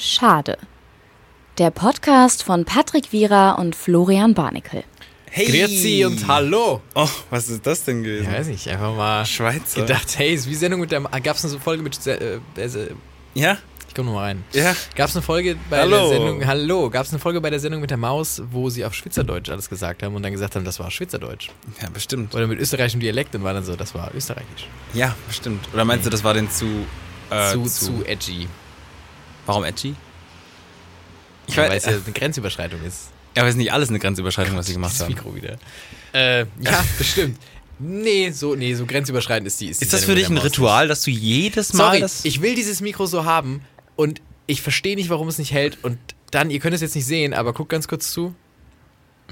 Schade. Der Podcast von Patrick Wierer und Florian Barnikel. Hey. Grüezi und hallo. Oh, was ist das denn Ich gewesen? weiß nicht, einfach mal Schweizer. gedacht, hey, ist wie Sendung mit der, ah, gab's eine Folge mit, äh, äh, Ja? ich komm nochmal rein. Ja. Gab's eine Folge bei Hallo. der Sendung, hallo, gab's eine Folge bei der Sendung mit der Maus, wo sie auf Schweizerdeutsch alles gesagt haben und dann gesagt haben, das war Schweizerdeutsch. Ja, bestimmt. Oder mit österreichischem Dialekt und war dann so, das war österreichisch. Ja, bestimmt. Oder meinst du, das war denn zu. Äh, zu, zu edgy. Warum edgy? Ich Weil es weiß, ja äh, eine Grenzüberschreitung ist. ja, weiß nicht, alles eine Grenzüberschreitung, was sie gemacht Das haben. Mikro wieder. Äh, ja, bestimmt. Nee, so, nee, so grenzüberschreitend ist die. Ist, die Ist das Sendung für mit dich der ein Maus nicht. Ritual, dass du jedes Mal Sorry, das. ich will dieses Mikro so haben und ich verstehe nicht, warum es nicht hält. Und dann, ihr könnt es jetzt nicht sehen, aber guckt ganz kurz zu.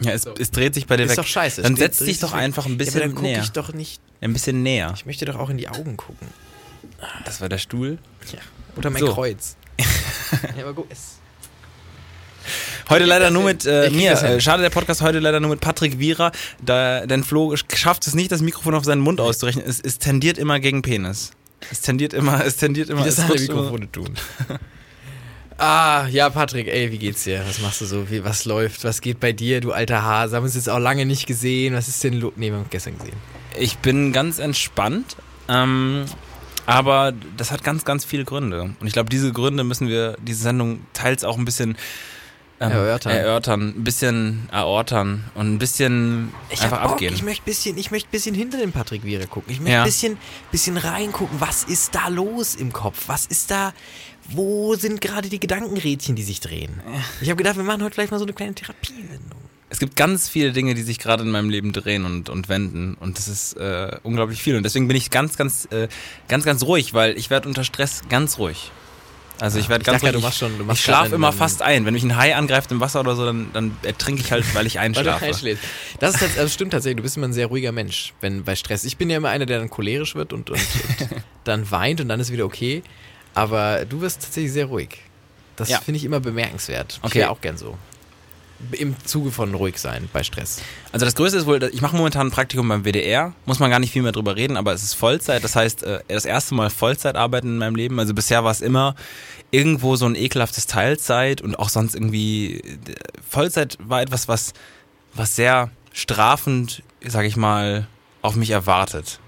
ja, es, es dreht sich bei dir Ist weg. doch scheiße. Dann Es dreht setz dich sich doch weg. einfach ein ja, bisschen aber dann gucke näher. ich doch nicht. Ein bisschen näher. Ich möchte doch auch in die Augen gucken. Das war der Stuhl. Oder mein So. Kreuz. ja, aber guck, es. Heute leider nur mit äh, Ich krieg mir. das hin. Äh, schade, der Podcast heute leider nur mit Patrick Wierer. Da, denn Flo sch- schafft es nicht, das Mikrofon auf seinen Mund auszurechnen. Es, es tendiert immer gegen Penis. Es tendiert immer, es tendiert immer. Wie das es andere rutscht immer- Mikrofone tun. Ah, ja, Patrick, ey, wie geht's dir? Was machst du so? Wie, was läuft? Was geht bei dir, du alter Hase? Haben uns jetzt auch lange nicht gesehen. Was ist denn los? Nee, wir haben uns gestern gesehen. Ich bin ganz entspannt, ähm, aber das hat ganz, ganz viele Gründe. Und ich glaube, diese Gründe müssen wir diese Sendung teils auch ein bisschen ähm, Erörtern. erörtern, ein bisschen erörtern und ein bisschen einfach hab Bock, abgehen. Ich möchte bisschen, ich möchte bisschen hinter den Patrick Viere gucken. Ich möchte Ja. bisschen, bisschen reingucken. Was ist da los im Kopf? Was ist da? Wo sind gerade die Gedankenrädchen, die sich drehen? Ich habe gedacht, wir machen heute vielleicht mal so eine kleine Therapiesendung. Es gibt ganz viele Dinge, die sich gerade in meinem Leben drehen und, und wenden. Und das ist äh, unglaublich viel. Und deswegen bin ich ganz, ganz, äh, ganz, ganz ruhig, weil ich werde unter Stress ganz ruhig. Also ich werde Ah, ganz ich dachte, ruhig. du machst schon- du machst ich schlafe gerade immer einen- fast ein. Wenn mich ein Hai angreift im Wasser oder so, dann, dann ertrinke ich halt, weil ich einschlafe. Das, ist, tats- das stimmt tatsächlich. Du bist immer ein sehr ruhiger Mensch, wenn bei Stress. Ich bin ja immer einer, der dann cholerisch wird und, und, und dann weint und dann ist wieder okay. Aber du wirst tatsächlich sehr ruhig. Das Ja. finde ich immer bemerkenswert. Ich Okay. wäre auch gern so. Im Zuge von ruhig sein bei Stress. Also das Größte ist wohl, ich mache momentan ein Praktikum beim WDR, muss man gar nicht viel mehr drüber reden, aber es ist Vollzeit, das heißt, äh, das erste Mal Vollzeit arbeiten in meinem Leben, also bisher war es immer irgendwo so ein ekelhaftes Teilzeit und auch sonst irgendwie, äh, Vollzeit war etwas, was, was sehr strafend, sag ich mal, auf mich erwartet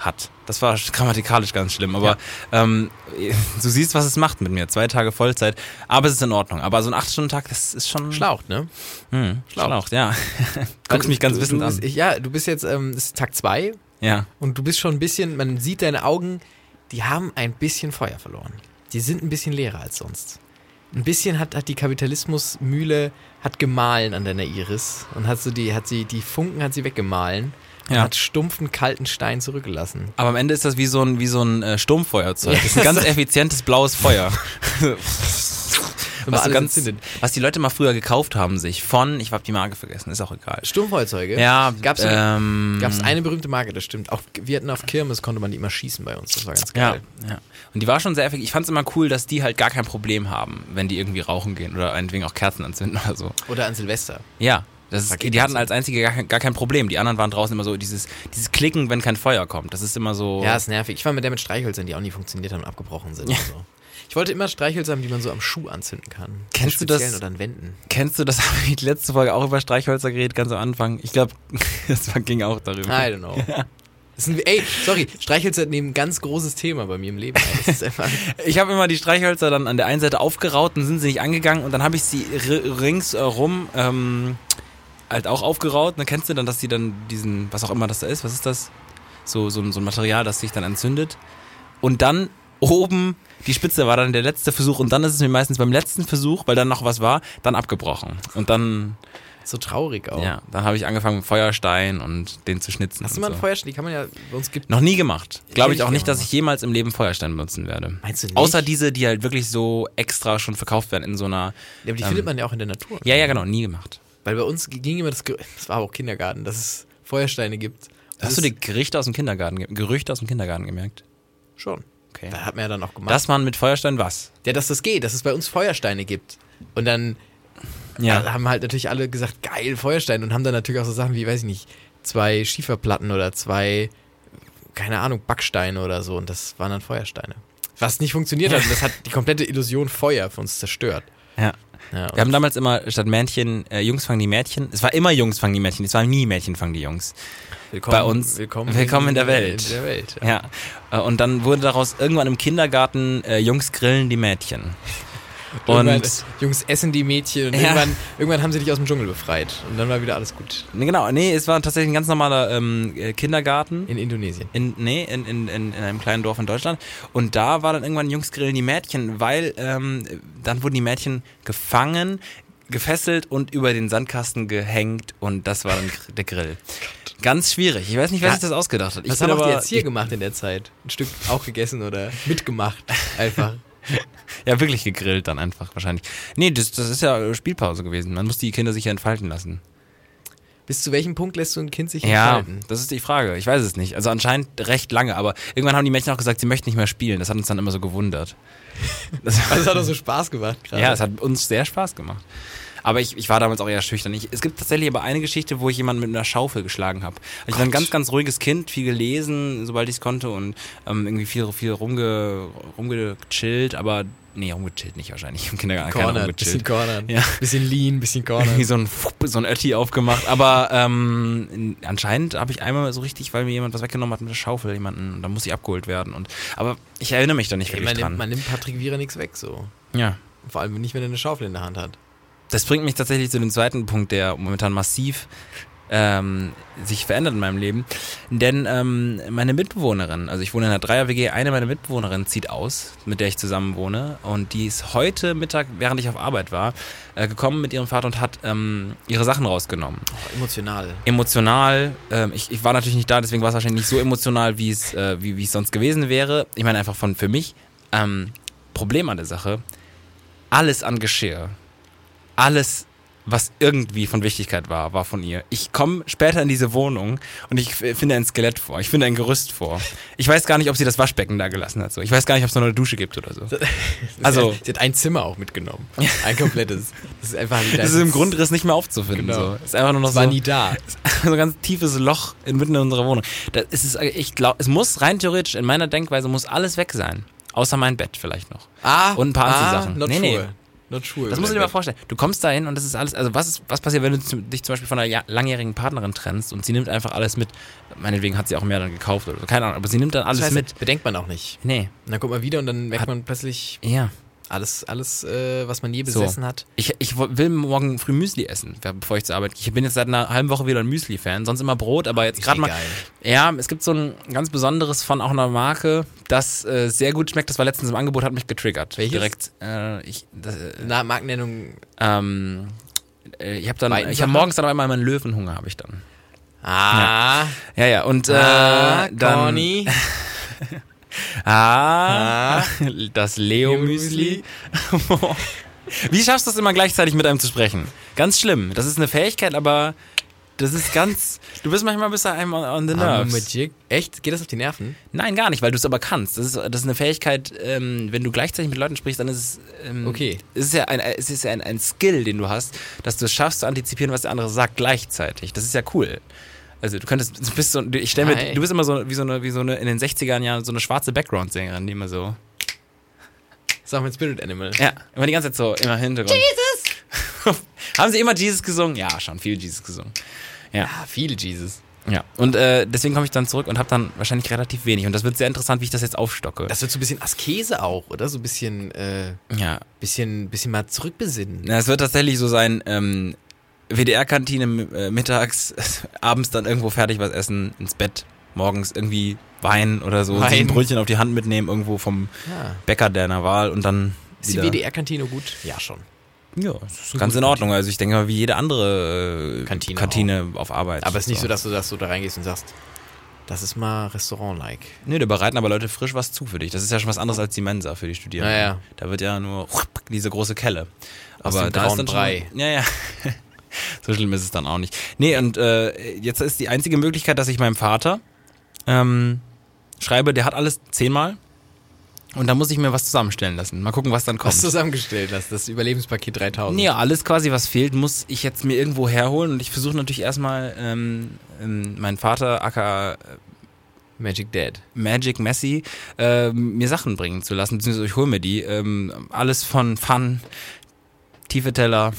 hat. Das war grammatikalisch ganz schlimm, aber ähm, du siehst, was es macht mit mir, zwei Tage Vollzeit, aber es ist in Ordnung, aber so ein 8-Stunden-Tag, das ist schon... Schlaucht, ne? Hm, Schlauch. Schlauch, Äh, ja. Guckst mich ganz du, wissend du an. bist, Ja, du bist jetzt, ähm, es ist Tag zwei Ja. und du bist schon ein bisschen, man sieht deine Augen, die haben ein bisschen Feuer verloren. Die sind ein bisschen leerer als sonst. Ein bisschen hat, hat die Kapitalismusmühle hat gemahlen an deiner Iris und hat so die, hat sie, die Funken hat sie weggemahlen und Ja. hat stumpfen, kalten Stein zurückgelassen. Aber am Ende ist das wie so ein, wie so ein äh, Sturmfeuerzeug. Das ist ein Ja, ganz so- effizientes blaues Feuer. Wenn man was, so alles ganz, entzündet. was die Leute mal früher gekauft haben, sich von, ich habe die Marke vergessen, ist auch egal. Sturmfeuerzeuge? Ja, Gab's, ähm, gab's eine berühmte Marke, das stimmt. Auch, wir hatten auf Kirmes, konnte man die immer schießen bei uns. Das war ganz Ja, geil. ja. Und die war schon sehr effektiv. Ich fand es immer cool, dass die halt gar kein Problem haben, wenn die irgendwie rauchen gehen oder meinetwegen auch Kerzen anzünden oder so. Oder an Silvester. Ja. Das ist, Raketen die hatten sind- als einzige gar kein, gar kein Problem. Die anderen waren draußen immer so dieses, dieses Klicken, wenn kein Feuer kommt. Das ist immer so. Ja, ist nervig. Ich war mit der mit Streichhölzern, die auch nie funktioniert haben und abgebrochen sind. Und so. Ich wollte immer Streichhölzer haben, die man so am Schuh anzünden kann. Kennst An du das? speziellen Oder an Wänden. Kennst du, das habe ich die letzte Folge auch über Streichhölzer geredet, ganz am Anfang. Ich glaube, das war- ging auch I darüber. don't know. Das Sind, ey, sorry, Streichhölzer nehmen ein ganz großes Thema bei mir im Leben. ein. Das ist einfach, Ich habe immer die Streichhölzer dann an der einen Seite aufgeraut und sind sie nicht angegangen und dann habe ich sie ri- ringsherum ähm, halt auch aufgeraut. Und dann kennst du dann, dass die dann diesen, was auch immer das da ist, was ist das? So, so, ein- so ein Material, das sich dann entzündet. Und dann oben, die Spitze war dann der letzte Versuch und dann ist es mir meistens beim letzten Versuch, weil dann noch was war, dann abgebrochen. Und dann, so traurig auch. ja, dann habe ich angefangen mit Feuerstein und den zu schnitzen. Oh. Hast du und mal einen so. Feuerstein? Die kann man ja bei uns gibt. Noch nie gemacht. Glaube ich Hätte auch ich nicht, gerne dass ich jemals im Leben Feuerstein benutzen werde. Meinst du nicht? Außer diese, die halt wirklich so extra schon verkauft werden in so einer. Ja, aber die findet man ja auch in der Natur. Ähm, Ja, ja, genau, nie gemacht. Weil bei uns ging immer das, Ge- das war aber auch Kindergarten, dass es Feuersteine gibt. Das Hast du ist- die Gerichte aus dem Kindergarten, ge- Gerüchte aus dem Kindergarten gemerkt? Schon. Okay. Da hat man ja dann auch gemacht. Dass man mit Feuerstein was? ja, dass das geht, dass es bei uns Feuersteine gibt. Und dann Da haben halt natürlich alle gesagt, geil, Feuerstein. Und haben dann natürlich auch so Sachen wie, weiß ich nicht, zwei Schieferplatten oder zwei, keine Ahnung, Backsteine oder so. Und das waren dann Feuersteine. Was nicht funktioniert hat. Und das hat die komplette Illusion Feuer für uns zerstört. Ja. Ja, Wir haben damals immer statt Männchen, äh, Jungs fangen die Mädchen. Es war immer Jungs fangen die Mädchen, es war nie Mädchen fangen die Jungs. willkommen, bei uns- willkommen in der Welt. In der Welt. Ja. Ja. Äh, und dann wurde daraus irgendwann im Kindergarten äh, Jungs grillen die Mädchen. irgendwann, Und Jungs essen die Mädchen und Ja. irgendwann, irgendwann haben sie dich aus dem Dschungel befreit. Und dann war wieder alles gut. nee, genau, nee, es war tatsächlich ein ganz normaler ähm, äh, Kindergarten. In Indonesien. In, nee, in, in, in, in einem kleinen Dorf in Deutschland. Und da war dann irgendwann Jungs grillen die Mädchen, weil ähm, dann wurden die Mädchen gefangen, gefesselt und über den Sandkasten gehängt und das war dann gr- der Grill. Ganz schwierig. Ich weiß nicht, wer Ja. sich das ausgedacht hat. Ich Was bin haben aber, die aber- jetzt hier gemacht in der Zeit? Ein Stück auch gegessen oder mitgemacht einfach. Ja, wirklich gegrillt dann einfach wahrscheinlich. Nee, das, das ist ja äh, Spielpause gewesen. Man muss die Kinder sich ja entfalten lassen. Bis zu welchem Punkt lässt du ein Kind sich Ja, entfalten? das ist die Frage. Ich weiß es nicht. Also anscheinend recht lange, aber irgendwann haben die Mädchen auch gesagt, sie möchten nicht mehr spielen. Das hat uns dann immer so gewundert. Das, Also es hat doch so Spaß gemacht gerade. ja, es hat uns sehr Spaß gemacht. Aber ich, ich war damals auch eher schüchtern. Ich, es gibt tatsächlich aber eine Geschichte, wo ich jemanden mit einer Schaufel geschlagen habe. Also ich war ein ganz, ganz ruhiges Kind, viel gelesen, sobald ich es konnte und ähm, irgendwie viel, viel rumge, rumgechillt, aber nee, rumgechillt nicht wahrscheinlich. Im Kindergarten keiner Corner, rumgechillt. bisschen Corner. Ja. Bisschen lean, bisschen Corner. irgendwie so ein, Fupp, so ein Ötti aufgemacht. Aber ähm, in- anscheinend habe ich einmal so richtig, weil mir jemand was weggenommen hat mit der Schaufel, jemanden, und dann muss ich abgeholt werden. Und, aber ich erinnere mich da nicht Ey, wirklich man, nimmt, dran. man nimmt Patrick Wierer nichts weg so. ja. Vor allem nicht, wenn er eine Schaufel in der Hand hat. Das bringt mich tatsächlich zu dem zweiten Punkt, der momentan massiv ähm, sich verändert in meinem Leben. Denn ähm, meine Mitbewohnerin, also ich wohne in einer Dreier-WG, eine meiner Mitbewohnerinnen zieht aus, mit der ich zusammen wohne. Und die ist heute Mittag, während ich auf Arbeit war, äh, gekommen mit ihrem Vater und hat ähm, ihre Sachen rausgenommen. Oh, emotional. emotional. Ähm, ich, ich war natürlich nicht da, deswegen war es wahrscheinlich nicht so emotional, wie es, äh, wie, wie es sonst gewesen wäre. Ich meine einfach von für mich. Ähm, Problem an der Sache, alles an Geschirr, alles, was irgendwie von Wichtigkeit war, war von ihr. Ich komme später in diese Wohnung und ich f- finde ein Skelett vor, ich finde ein Gerüst vor. Ich weiß gar nicht, ob sie das Waschbecken da gelassen hat. So. Ich weiß gar nicht, ob es noch eine Dusche gibt oder so. Also- sie hat, sie hat ein Zimmer auch mitgenommen. Ein komplettes. Das ist einfach Das ist im Grundriss nicht mehr aufzufinden. Genau. So. Ist einfach nur noch Das war so. nie da. so ein ganz tiefes Loch inmitten in unserer Wohnung. Da ist es, ich glaube, es muss rein theoretisch in meiner Denkweise muss alles weg sein, außer mein Bett vielleicht noch. Ah, Und ein paar Anziehsachen. Ah, not Nee, nee. sure. Not sure. Das musst du dir mal vorstellen. Du kommst dahin und das ist alles. Also was ist, was passiert, wenn du zum, dich zum Beispiel von einer ja- langjährigen Partnerin trennst und sie nimmt einfach alles mit? Meinetwegen hat sie auch mehr dann gekauft oder so. Keine Ahnung. Aber sie nimmt dann alles Scheiße, mit. Bedenkt man auch nicht. Nee, Und dann kommt man wieder und dann merkt Hat- man plötzlich ja. alles, alles äh, was man je So. besessen hat. Ich, ich wo- will morgen früh Müsli essen, bevor ich zur Arbeit gehe. Ich bin jetzt seit einer halben Woche wieder ein Müsli-Fan. Sonst immer Brot, aber jetzt gerade mal Geil. Ja, es gibt so ein ganz besonderes von auch einer Marke, das äh, sehr gut schmeckt. Das war letztens im Angebot, hat mich getriggert. Welches? Direkt. Äh, ich das, äh, Na, Markennennung. ähm, äh, ich habe dann, Weiten ich habe Sachen? morgens dann auf einmal meinen Löwenhunger, habe ich dann. Ah, Ja, ja, und äh, ah dann. Corny. Ah, das Leo-Müsli. Leo-Müsli. Wie schaffst du es immer gleichzeitig mit einem zu sprechen? Ganz schlimm. Das ist eine Fähigkeit, aber das ist ganz. Du bist manchmal bis einem on, on the Ah, nerves. Magic. Echt? Geht das auf die Nerven? Nein, gar nicht, weil du es aber kannst. Das ist, das ist eine Fähigkeit, ähm, wenn du gleichzeitig mit Leuten sprichst, dann ist es. Ähm, Okay. Es ist ja, ein, es ist ja ein, ein Skill, den du hast, dass du es schaffst zu antizipieren, was der andere sagt, gleichzeitig. Das ist ja cool. Also du könntest, du bist so, du- ich stell mir, Hi. du bist immer so wie so eine, wie so eine in den 60ern Jahren so eine schwarze Background-Sängerin, die immer so. Sag mal Spirit Animal. Ja, immer die ganze Zeit so im Hintergrund. Jesus! Haben sie immer Jesus gesungen? Ja, schon viel Jesus gesungen. Ah, viel Jesus. Ja. Und äh, deswegen komme ich dann zurück und habe dann wahrscheinlich relativ wenig. Und das wird sehr interessant, wie ich das jetzt aufstocke. Das wird so ein bisschen Askese auch, oder? So ein bisschen, äh, ja. bisschen, bisschen mal zurückbesinnen. Na, es wird tatsächlich so sein, ähm, WDR-Kantine m- äh, mittags, abends dann irgendwo fertig was essen, ins Bett, morgens irgendwie Wein oder so, Wein. sich ein Brötchen auf die Hand mitnehmen, irgendwo vom Ja. Bäcker deiner Wahl und dann Ah, Ist die wieder- WDR-Kantine gut? Ja, schon. Ja, das ist ganz in Ordnung. Also ich denke mal, wie jede andere äh, Kantine Kantine, auch. auf Arbeit. Aber es ist nicht so, dass du, dass du da reingehst und sagst, das ist mal Restaurant-like. Nö, da bereiten aber Leute frisch was zu für dich. Das ist ja schon was anderes als die Mensa für die Studierenden. Ja, ja. Da wird ja nur diese große Kelle. Aus Aber dem da ist dann braunen Brei. Schon, ja, ja. so schlimm ist es dann auch nicht. Nee, und äh, jetzt ist die einzige Möglichkeit, dass ich meinem Vater ähm, schreibe, der hat alles zehnmal. Und da muss ich mir was zusammenstellen lassen. Mal gucken, was dann kommt. Also Was zusammengestellt hast, das Überlebenspaket 3000. Nee, alles quasi, was fehlt, muss ich jetzt mir irgendwo herholen. Und ich versuche natürlich erstmal ähm, ähm, meinen Vater, aka Magic Dad. Magic Messi äh, mir Sachen bringen zu lassen, beziehungsweise ich hole mir die. Ähm, alles von Pfannen, tiefe Teller,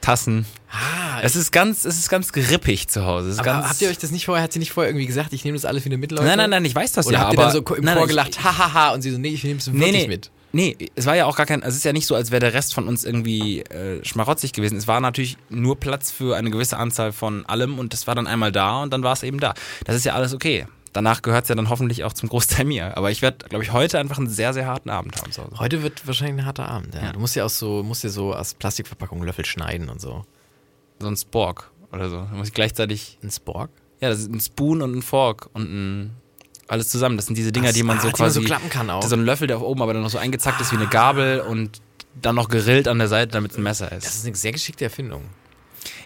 Tassen. Ah, Es ist ganz, es ist ganz grippig zu Hause. Es ist aber ganz, habt ihr euch das nicht vorher, hat sie nicht vorher irgendwie gesagt, ich nehme das alles wieder mit, Leute? Nein, nein, nein, ich weiß das Oder ja. habt ihr aber dann so im nein, Chor ich- gelacht, hahaha, und sie so, nee, ich nehme es wirklich nee. mit. Nee, es war ja auch gar kein, also es ist ja nicht so, als wäre der Rest von uns irgendwie äh, schmarotzig gewesen. Es war natürlich nur Platz für eine gewisse Anzahl von allem und das war dann einmal da und dann war es eben da. Das ist ja alles okay. Danach gehört es ja dann hoffentlich auch zum Großteil mir. Aber ich werde, glaube ich, heute einfach einen sehr, sehr harten Abend haben. Zu Hause. Heute wird wahrscheinlich ein harter Abend. Ja. Du musst ja auch so, musst ja so aus Plastikverpackung Löffel schneiden und so. So ein Spork oder so. Da muss ich gleichzeitig, Ein Spork? ja, das ist ein Spoon und ein Fork und ein, alles zusammen. Das sind diese Dinger, Ach, die man ah, so die man quasi, so klappen kann auch. so ein Löffel, der auf oben aber dann noch so eingezackt ist wie eine Gabel und dann noch gerillt an der Seite, damit es ein Messer ist. Das ist eine sehr geschickte Erfindung.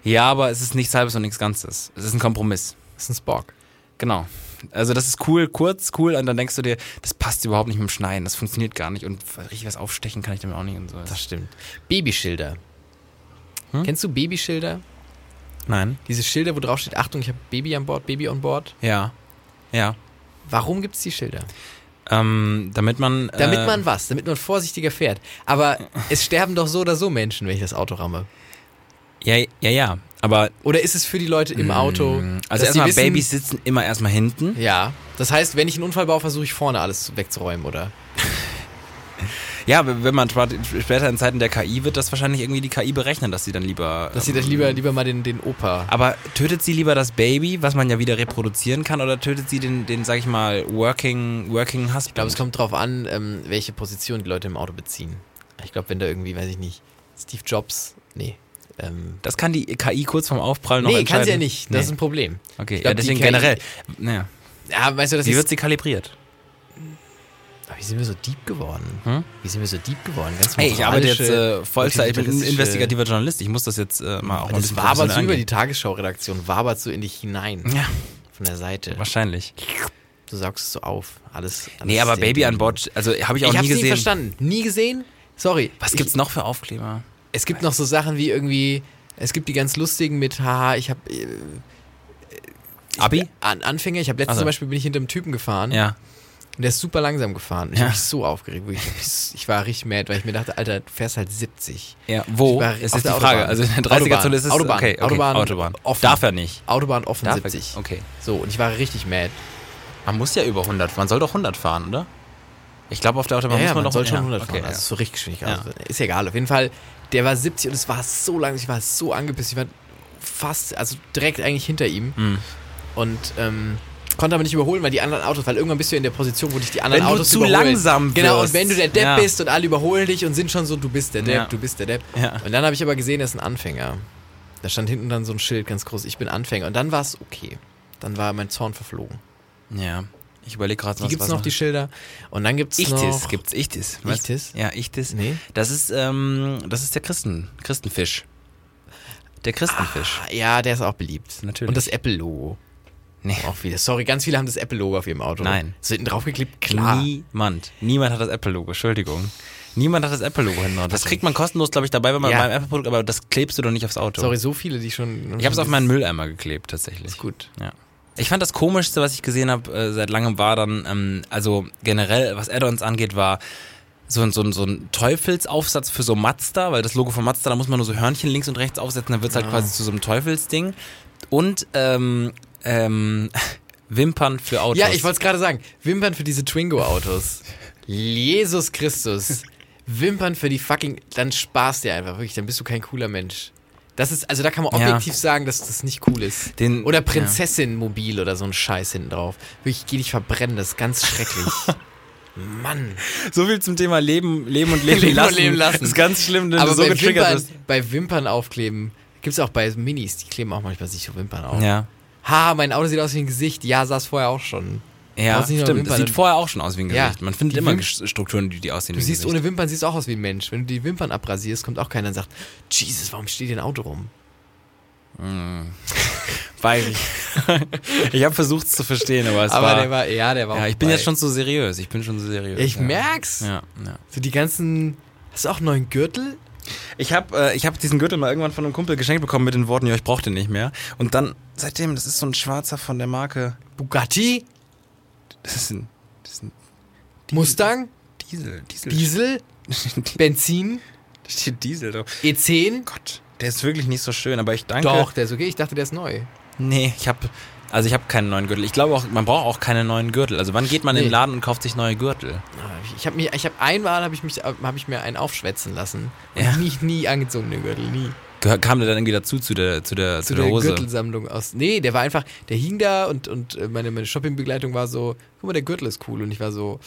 Ja, aber es ist nichts Halbes und nichts Ganzes. Es ist ein Kompromiss. Das ist ein Spork. Genau. Also das ist cool, kurz, cool, und dann denkst du dir, das passt überhaupt nicht mit dem Schneiden, das funktioniert gar nicht und richtig was aufstechen kann ich damit auch nicht und so. Das stimmt. Babyschilder. Hm? Kennst du Babyschilder? Nein. Diese Schilder, wo drauf steht, Achtung, ich habe Baby an Bord, Baby on Board. Ja. Ja. Warum gibt es die Schilder? Ähm, damit man. Damit äh, man was, damit man vorsichtiger fährt. Aber es sterben doch so oder so Menschen, wenn ich das Auto ramme. Ja, ja, ja. Aber Oder ist es für die Leute im Auto? also dass sie erstmal wissen- Babys sitzen immer erstmal hinten. Ja. Das heißt, wenn ich einen Unfall baue, versuche ich vorne alles wegzuräumen, oder? Ja, w- wenn man spat- später in Zeiten der KI wird das wahrscheinlich irgendwie die KI berechnen, dass sie dann lieber. Dass sie ähm, das lieber, lieber mal den, den Opa. Aber tötet sie lieber das Baby, was man ja wieder reproduzieren kann, oder tötet sie den, den sag ich mal, working, working Husband? Ich glaube, es kommt drauf an, ähm, welche Position die Leute im Auto beziehen. Ich glaube, wenn da irgendwie, weiß ich nicht, Steve Jobs, nee. Ähm, das kann die KI kurz vorm Aufprall noch nee, entscheiden. kann sie ja nicht. Das ist ein Problem. Okay, Ich glaub, ja, deswegen die KI generell. Naja, Ja, weißt du, das wie ist. wird sie kalibriert? Aber Wie sind wir so deep geworden? Hm? Wie sind wir so deep geworden? Ganz Hey, ich arbeite jetzt moralische, äh, Vollzeit, ich bin ein utilitaristische- investigativer Journalist. Ich muss das jetzt äh, mal auch mal ein Das bisschen wabert so professionell Hm. über die Tagesschau-Redaktion, wabert so in dich hinein. angehen. Von der Seite. Ja, wahrscheinlich. Du saugst es so auf. Alles. alles Nee, aber ist dir Baby an entgegen. Bord, also habe ich Ich, auch hab's nie nie gesehen. verstanden. Nie gesehen? Sorry. Was ich, gibt's noch für Aufkleber? Es gibt noch so Sachen wie irgendwie, es gibt die ganz lustigen mit, haha, ich habe äh, Abi? An Anfänger, ich habe letztens Also. zum Beispiel bin ich hinter einem Typen gefahren Ja. und der ist super langsam gefahren. Ich Ja. hab mich so aufgeregt, wirklich. ich war richtig mad, weil ich mir dachte, Alter, du fährst halt 70. Ja, wo? Ich Ist war auf jetzt die der Frage. Autobahn. Also in der 30er-Zone ist es. Autobahn, okay, okay. Autobahn, Autobahn. offen. Darf er nicht. Autobahn offen Darf 70. er? Okay. So, und ich war richtig mad. Man muss ja über 100, man soll doch 100 fahren, oder? Ich glaube, auf der Autobahn Ja, ja, muss man, doch soll schon ja, 100 fahren, okay, also so Richtgeschwindigkeit. Ja. Ist ja egal, auf jeden Fall, der war 70 und es war so lang, ich war so angepisst, ich war fast, also direkt eigentlich hinter ihm ja. Mhm. und ähm, konnte aber nicht überholen, weil die anderen Autos, weil irgendwann bist du in der Position, wo dich die anderen Wenn du Autos zu überholen. langsam wirst. Genau, und wenn du der Depp Ja. bist und alle überholen dich und sind schon so, du bist der Depp, Ja. du bist der Depp. Ja. Und dann habe ich aber gesehen, das ist ein Anfänger. Da stand hinten dann so ein Schild ganz groß, ich bin Anfänger. Und dann war es okay. Dann war mein Zorn verflogen. ja. Ich überlege gerade, Die was gibt es was noch, die Schilder. Und dann gibt es noch... Ichtis gibt's, Ichtis. weißt du? Ichtis? Ja, Ichtis. Nee. Das ist, ähm, das ist der Christen, Christenfisch. Der Christenfisch. Ja, der ist auch beliebt. Natürlich. Und das Apple-Logo. Nee. Auch viele. Sorry, ganz viele haben das Apple-Logo auf ihrem Auto. Nein. So hinten draufgeklebt, klar. Niemand. Niemand hat das Apple-Logo, Entschuldigung. Niemand hat das Apple-Logo hinten. drauf. Das kriegt man kostenlos, glaube ich, dabei, wenn man Ja. beim Apple-Produkt, aber das klebst du doch nicht aufs Auto. Sorry, so viele, die schon... Ich habe es auf meinen Mülleimer geklebt, tatsächlich. Ist gut. Ja. Ich fand das Komischste, was ich gesehen habe äh, seit langem, war dann, ähm, also generell, was Add-ons angeht, war so, ein- so, ein- so ein Teufelsaufsatz für so Mazda, weil das Logo von Mazda, da muss man nur so Hörnchen links und rechts aufsetzen, dann wird's halt quasi zu so einem Teufelsding. Und ähm, ähm, Wimpern für Autos. Ja, ich wollte es gerade sagen. Wimpern für diese Twingo-Autos. Jesus Christus. Wimpern für die fucking. Dann sparst dir einfach, wirklich. Dann bist du kein cooler Mensch. Das ist, also da kann man Ja. objektiv sagen, dass das nicht cool ist. Den- oder Prinzessin-Mobil oder so ein Scheiß hinten drauf. Wirklich, geh dich verbrennen, das ist ganz schrecklich. Mann. So viel zum Thema Leben, Leben und Leben, Leben und lassen. Leben lassen. Das ist ganz schlimm, wenn Aber du so bei, getriggert Wimpern, bist. bei Wimpern aufkleben gibt's auch bei Minis, die kleben auch manchmal sich so Wimpern auf. Ja. Ha, mein Auto sieht aus wie ein Gesicht. Ja, saß vorher auch schon. Ja, Brauchst nicht nur stimmt. Wimpern. Das sieht vorher auch schon aus wie ein Ja. Gesicht. Man findet Die immer Wim- Gesch- Strukturen, die, die aussehen Du wie ein siehst Gesicht. ohne Wimpern siehst du auch aus wie ein Mensch. Wenn du die Wimpern abrasierst, kommt auch keiner und sagt, Jesus, warum steht hier ein Auto rum? Weiß ich. ich habe versucht es zu verstehen, aber es Aber war, der war, ja, der war Ja, auch ich bin bei- jetzt schon so seriös. Ich bin schon so seriös. Ich ja. merk's. Ja, ja. So die ganzen, hast du auch einen neuen Gürtel? Ich habe äh, ich hab diesen Gürtel mal irgendwann von einem Kumpel geschenkt bekommen mit den Worten, ja, ich brauch den nicht mehr. Und dann, seitdem, das ist so ein schwarzer von der Marke. Bugatti? Das ist ein, das ist ein Mustang, Diesel. Diesel. Diesel, Benzin, Da steht Diesel drauf. E10. Gott, der ist wirklich nicht so schön, aber ich danke. Doch, der ist okay. Ich dachte, der ist neu. Nee, ich habe also ich habe keinen neuen Gürtel. Ich glaube auch, man braucht auch keine neuen Gürtel. Also wann geht man in Nee. den Laden und kauft sich neue Gürtel? Ah, ich- Ich habe mir, ich habe einmal habe ich mich, habe ich mir einen aufschwätzen lassen. Und Ja. Nie, nie angezogen den Gürtel, nie. Gehör, kam der dann irgendwie dazu zu der zu der zu, Zu der, der Hose? Gürtelsammlung aus. Nee, der war einfach, der hing da und und äh, meine meine Shoppingbegleitung war so, guck mal, der Gürtel ist cool und ich war so.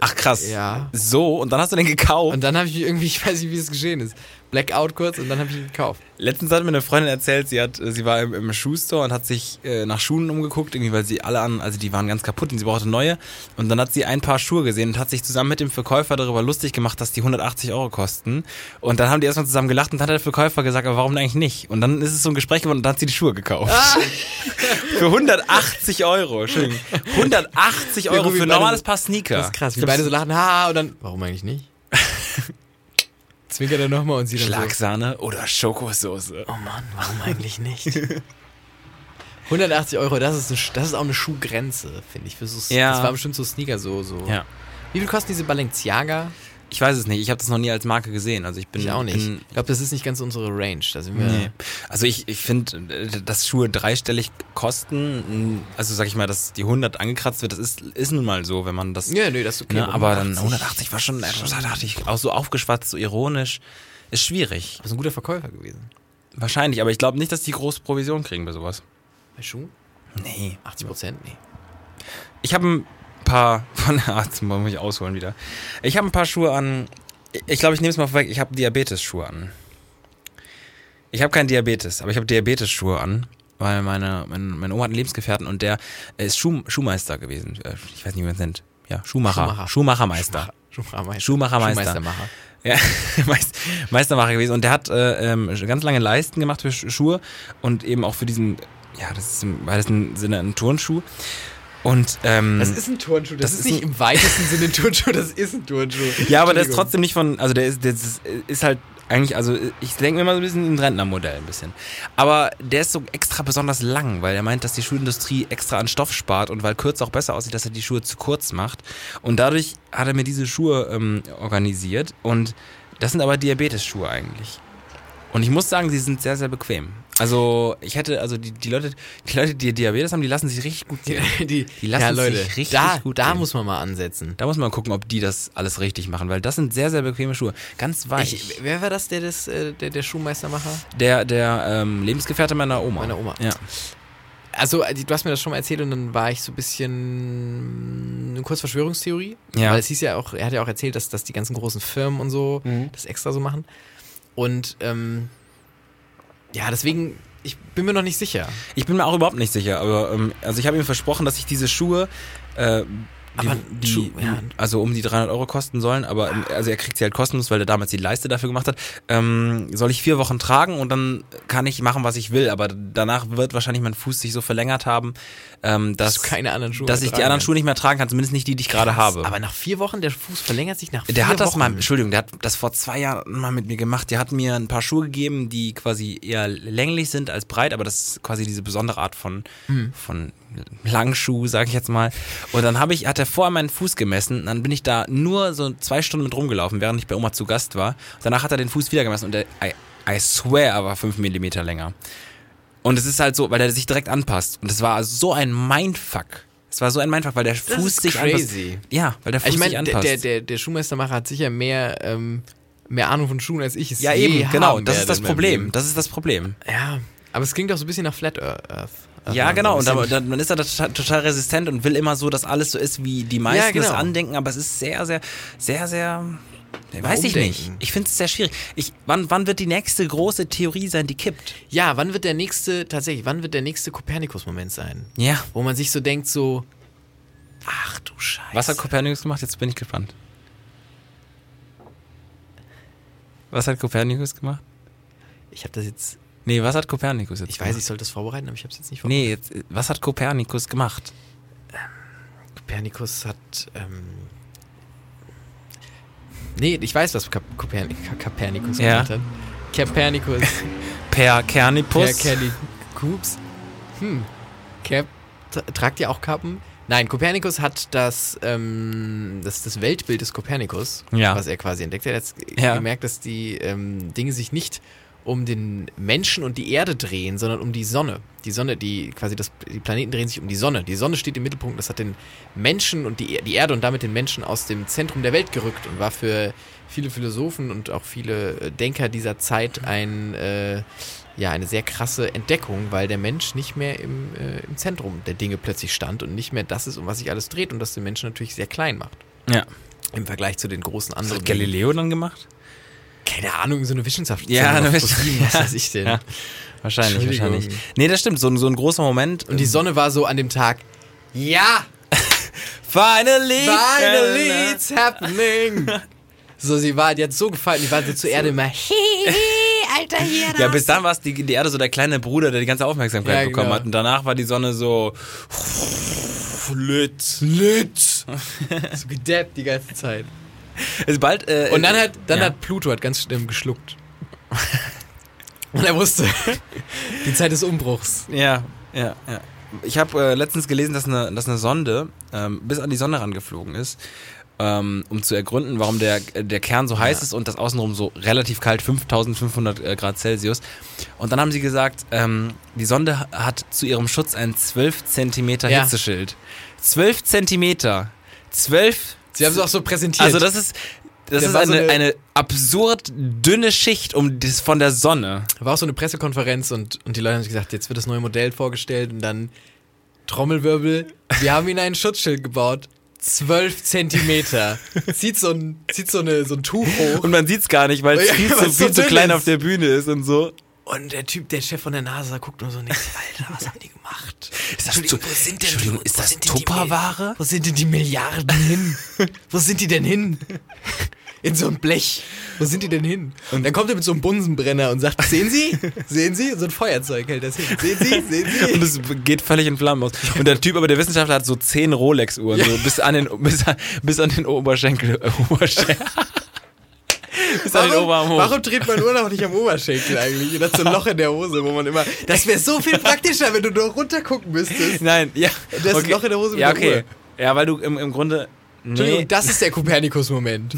Ach krass. Ja. So und dann hast du den gekauft. Und dann habe ich irgendwie, ich weiß nicht, wie es geschehen ist, Blackout kurz und dann habe ich ihn gekauft. Letztens hat mir eine Freundin erzählt, sie hat, äh, sie war im, im Schuhstore und hat sich äh, nach Schuhen umgeguckt, irgendwie, weil sie alle an, also die waren ganz kaputt und sie brauchte neue. Und dann hat sie ein paar Schuhe gesehen und hat sich zusammen mit dem Verkäufer darüber lustig gemacht, dass die 180 Euro kosten. Und dann haben die erstmal zusammen gelacht und dann hat der Verkäufer gesagt, aber warum denn eigentlich nicht? Und dann ist es so ein Gespräch geworden und dann hat sie die Schuhe gekauft. Ah. für 180 Euro, schön. 180 Euro gut, wie für ein beide- normales Paar Sneaker. Das ist krass. Wie beide so lachen, ha, und dann, warum eigentlich nicht? Zwinkert er nochmal und sie dann so, Schlagsahne oder Schokosoße. oh Mann, warum eigentlich nicht? 180 Euro, das ist, eine, Sch- das ist auch eine Schuhgrenze, finde ich. Für so, Ja. Das war bestimmt so Sneaker so. so. Ja. Wie viel kosten diese Balenciaga? Ich weiß es nicht, ich habe das noch nie als Marke gesehen. Also ich bin Ich auch nicht. Bin, Ich glaube, das ist nicht ganz unsere Range. Da sind wir Nee. Also ich, ich finde, äh, dass Schuhe dreistellig kosten, mh, also sag ich mal, dass die 100 angekratzt wird, das ist, ist nun mal so, wenn man das... Ja, nee, das ist okay. ne, aber dann 180 180 war schon, etwas, da dachte ich, auch so aufgeschwatzt, so ironisch, ist schwierig. Du bist ein guter Verkäufer gewesen. Wahrscheinlich, aber ich glaube nicht, dass die große Provision kriegen bei sowas. Bei Schuhen? Nee. 80 Prozent? Nee. Ich habe ein paar von Arzt, muss ich ausholen wieder. Ich habe ein paar Schuhe an. Ich glaube, ich nehme es mal vorweg. Ich habe Diabetes-Schuhe an. Ich habe keinen Diabetes, aber ich habe Diabetes-Schuhe an, weil meine, meine, meine Oma hat einen Lebensgefährten und der ist Schuh, Schuhmeister gewesen. Äh, Ich weiß nicht, wie man es nennt. Ja, Schuhmacher. Schuhmacher. Schuhmachermeister. Schuhmachermeister. Schuhmachermeister. Schuhmeistermacher. Ja, Meist, Meistermacher gewesen. Und der hat äh, ähm, ganz lange Leisten gemacht für Sch- Schuhe und eben auch für diesen, ja, das ist im weitesten Sinne ein Turnschuh. Und ähm, Das ist ein Turnschuh. Das, Das ist ist nicht im weitesten Sinne ein Turnschuh, das ist ein Turnschuh. Ja, aber der ist Entschuldigung. trotzdem nicht von, also der ist, der ist, ist halt eigentlich, also ich denke mir mal so ein bisschen im Rentnermodell ein bisschen. Aber der ist so extra besonders lang, weil er meint, dass die Schuhindustrie extra an Stoff spart und weil kurz auch besser aussieht, dass er die Schuhe zu kurz macht. Und dadurch hat er mir diese Schuhe ähm, organisiert und das sind aber Diabetes-Schuhe eigentlich. Und ich muss sagen, sie sind sehr, sehr bequem. Also ich hätte, also die, die Leute, die Leute, die Diabetes haben, die lassen sich richtig gut gehen. Die, die, Die lassen ja, sich Leute, richtig da, gut da gehen. muss man mal ansetzen. Da muss man gucken, ob die das alles richtig machen, weil das sind sehr, sehr bequeme Schuhe. Ganz weich. Ich, wer war das, der, das äh, der, der Schuhmeistermacher? Der, der ähm, Lebensgefährte meiner Oma. Meiner Oma. Ja. Also, äh, du hast mir das schon mal erzählt und dann war ich so ein bisschen eine kurz Verschwörungstheorie. Ja. Weil es hieß ja auch, er hat ja auch erzählt, dass, dass die ganzen großen Firmen und so Mhm. das extra so machen. Und ähm, ja, deswegen, ich bin mir noch nicht sicher. Ich bin mir auch überhaupt nicht sicher, aber ähm, also ich habe ihm versprochen, dass ich diese Schuhe, äh, die, Aber die, Schuh- ja. also um die 300 Euro kosten sollen, aber ähm, also er kriegt sie halt kostenlos, weil er damals die Leiste dafür gemacht hat, ähm, soll ich vier Wochen tragen und dann kann ich machen, was ich will, aber danach wird wahrscheinlich mein Fuß sich so verlängert haben, ähm, dass, du keine anderen Schuhe dass mehr ich die tragen anderen kannst. Schuhe nicht mehr tragen kann, zumindest nicht die, die ich gerade habe. Aber nach vier Wochen, der Fuß verlängert sich nach vier Der hat das Wochen. mal, Entschuldigung, der hat das vor zwei Jahren mal mit mir gemacht. Der hat mir ein paar Schuhe gegeben, die quasi eher länglich sind als breit, aber das ist quasi diese besondere Art von, Hm. von Langschuh, sage ich jetzt mal. Und dann habe ich, hat er vorher meinen Fuß gemessen, und dann bin ich da nur so zwei Stunden mit rumgelaufen, während ich bei Oma zu Gast war. Danach hat er den Fuß wieder gemessen und der, I, I swear, er war fünf Millimeter länger. Und es ist halt so, weil er sich direkt anpasst. Und es war so ein Mindfuck. Es war so ein Mindfuck, weil der Fuß ist sich crazy. anpasst. Ja, weil der Fuß Ich sich meine, der, anpasst. der, der, der Schuhmeistermacher hat sicher mehr, ähm, mehr Ahnung von Schuhen als ich es Ja, je eben, haben genau. Das werde ist das in meinem Problem. Leben. Das ist das Problem. Ja, aber es klingt auch so ein bisschen nach Flat Earth. äh, Earth Ja, genau. Und So ein dann, bisschen- dann dann ist er da total, total resistent und will immer so, dass alles so ist, wie die meisten es genau. andenken. Aber es ist sehr, sehr, sehr, sehr. Weiß ich umdenken. nicht. Ich finde es sehr schwierig. Ich, wann, wann wird die nächste große Theorie sein, die kippt? ja, wann wird der nächste, tatsächlich, wann wird der nächste Kopernikus-Moment sein? Ja. Wo man sich so denkt, so, ach du Scheiße. Was hat Kopernikus gemacht? Jetzt bin ich gespannt. Was hat Kopernikus gemacht? ich habe das jetzt, Nee, was hat Kopernikus jetzt ich gemacht? weiß, ich sollte das vorbereiten, aber ich habe es jetzt nicht vorbereitet. Nee, jetzt, was hat Kopernikus gemacht? Kopernikus hat, ähm, nee, ich weiß, was Kap Kopern- Ka- Kopernikus Ja. gemacht hat. Kopernikus. Per Kernipus? Per Kelly Coops. Hm. Cap tra tragt ihr auch Kappen? Nein, Kopernikus hat das, ähm, das, das Weltbild des Kopernikus, Ja. was er quasi entdeckt hat, Er hat Ja. gemerkt, dass die ähm, Dinge sich nicht um den Menschen und die Erde drehen, sondern um die Sonne. Die Sonne, die quasi das, die Planeten drehen sich um die Sonne. Die Sonne steht im Mittelpunkt. Das hat den Menschen und die, Er- die Erde und damit den Menschen aus dem Zentrum der Welt gerückt und war für viele Philosophen und auch viele äh, Denker dieser Zeit ein äh, ja, eine sehr krasse Entdeckung, weil der Mensch nicht mehr im, äh, im Zentrum der Dinge plötzlich stand und nicht mehr das ist, um was sich alles dreht und das den Menschen natürlich sehr klein macht. Ja. Im Vergleich zu den großen Was anderen. hat Galileo dann gemacht? Keine Ahnung, so eine Wissenschaft. Ja, Sondern eine auf Fossilien, Wissenschaft- Was weiß ich denn? Ja. Wahrscheinlich, Entschuldigung. wahrscheinlich. Nee, das stimmt. So, ein- so ein großer Moment. Und die Sonne war so an dem Tag. Ja! Finally! Finally it's happening! So, sie war, die hat so gefallen, die war so zur Erde immer. Alter, hier! Ja, bis dann war es die, die Erde so der kleine Bruder, der die ganze Aufmerksamkeit Ja, bekommen genau. hat. Und danach war die Sonne so. Lit. Lit. So gedappt die ganze Zeit. Ist bald, äh, Und dann hat, dann ja. hat Pluto hat ganz schlimm geschluckt. Und er wusste, die Zeit des Umbruchs. Ja, ja, ja. Ich habe äh, letztens gelesen, dass eine, dass eine Sonde ähm, bis an die Sonne rangeflogen ist, ähm, um zu ergründen, warum der, äh, der Kern so heiß Ja. ist und das Außenrum so relativ kalt, 5500 äh, Grad Celsius. Und dann haben sie gesagt, ähm, die Sonde ha- hat zu ihrem Schutz ein 12 Zentimeter Ja. Hitzeschild. 12 Zentimeter. 12 Sie haben es auch so präsentiert. Also das ist... Das Der ist war eine, so eine, eine- absurd dünne Schicht um das von der Sonne. war auch so eine Pressekonferenz und, und die Leute haben sich gesagt, jetzt wird das neue Modell vorgestellt und dann Trommelwirbel. Wir haben ihnen ein Schutzschild gebaut. Zwölf Zentimeter. zieht so ein, zieht so eine, so ein Tuch hoch. Und man sieht's gar nicht, weil es Ja, viel, weil's zu, so viel zu dünn klein ist. auf der Bühne ist und so. Und der Typ, der Chef von der NASA, guckt nur so nicht. Alter, was haben die gemacht? Ist das, Entschuldigung, Tu- wo sind denn die- Entschuldigung, ist wo das sind denn die Tupperware? Wo sind denn die Milliarden hin? Wo sind die denn hin? In so einem Blech. Wo sind die denn hin? Und dann kommt er mit so einem Bunsenbrenner und sagt, sehen Sie? Sehen Sie? So ein Feuerzeug hält das hin. Sehen Sie? Sehen Und Sie? es geht völlig in Flammen aus. Und der Typ, aber der Wissenschaftler hat so zehn Rolex-Uhren, so bis an den, bis an, bis an den Oberschenkel. Äh, Oberschenkel. bis an den halt Oberarm hoch. warum dreht man Uhr noch nicht am Oberschenkel eigentlich? Oder so ein Loch in der Hose, wo man immer... Das wäre so viel praktischer, wenn du nur runtergucken müsstest. Nein, ja. Du hast ein Loch in der Hose mit Ja, der okay. Ja, weil du im, im Grunde. Nee, Entschuldigung, das ist der Kopernikus-Moment.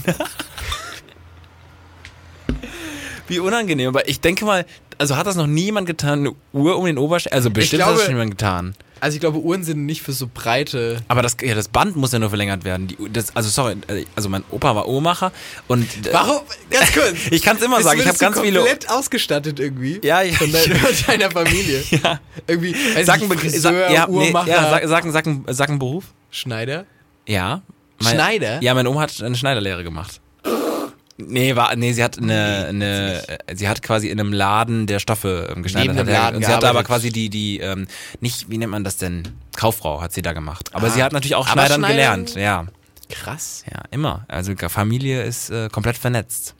wie unangenehm. Aber ich denke mal, also hat das noch niemand getan, eine Uhr um den Oberschenkel? Also bestimmt hat das glaube- schon jemand getan. Also ich glaube, Uhren sind nicht für so breite... Aber das, ja, das Band muss ja nur verlängert werden. Die, Uhr- das, also sorry, also mein Opa war Uhrmacher und äh, Warum? Ganz kurz. ich kann es immer sagen, ich habe Bist- ganz bist du viele komplett ausgestattet irgendwie. Ja, ja, Von deiner, von deiner Familie. ja. Irgendwie, Sag weiß ich einen nicht, Begriff. Friseur, sag, ja, nee, Uhrmacher, ja, sag, sag, sag, einen- sag einen Beruf. Schneider. Ja. Schneider? Ja, meine Oma hat eine Schneiderlehre gemacht. Nee, war, nee, sie hat eine, eine äh, sie hat quasi in einem Laden der Stoffe ähm, geschneidert. Neben hat dem er- Laden und sie hat aber gearbeitet. quasi die, die, ähm, nicht, wie nennt man das denn? Kauffrau hat sie da gemacht. Aber sie hat natürlich auch Ah. Aber Schneidern Schneidern- gelernt. Ja. Krass. Ja, immer. Also Familie ist äh, komplett vernetzt.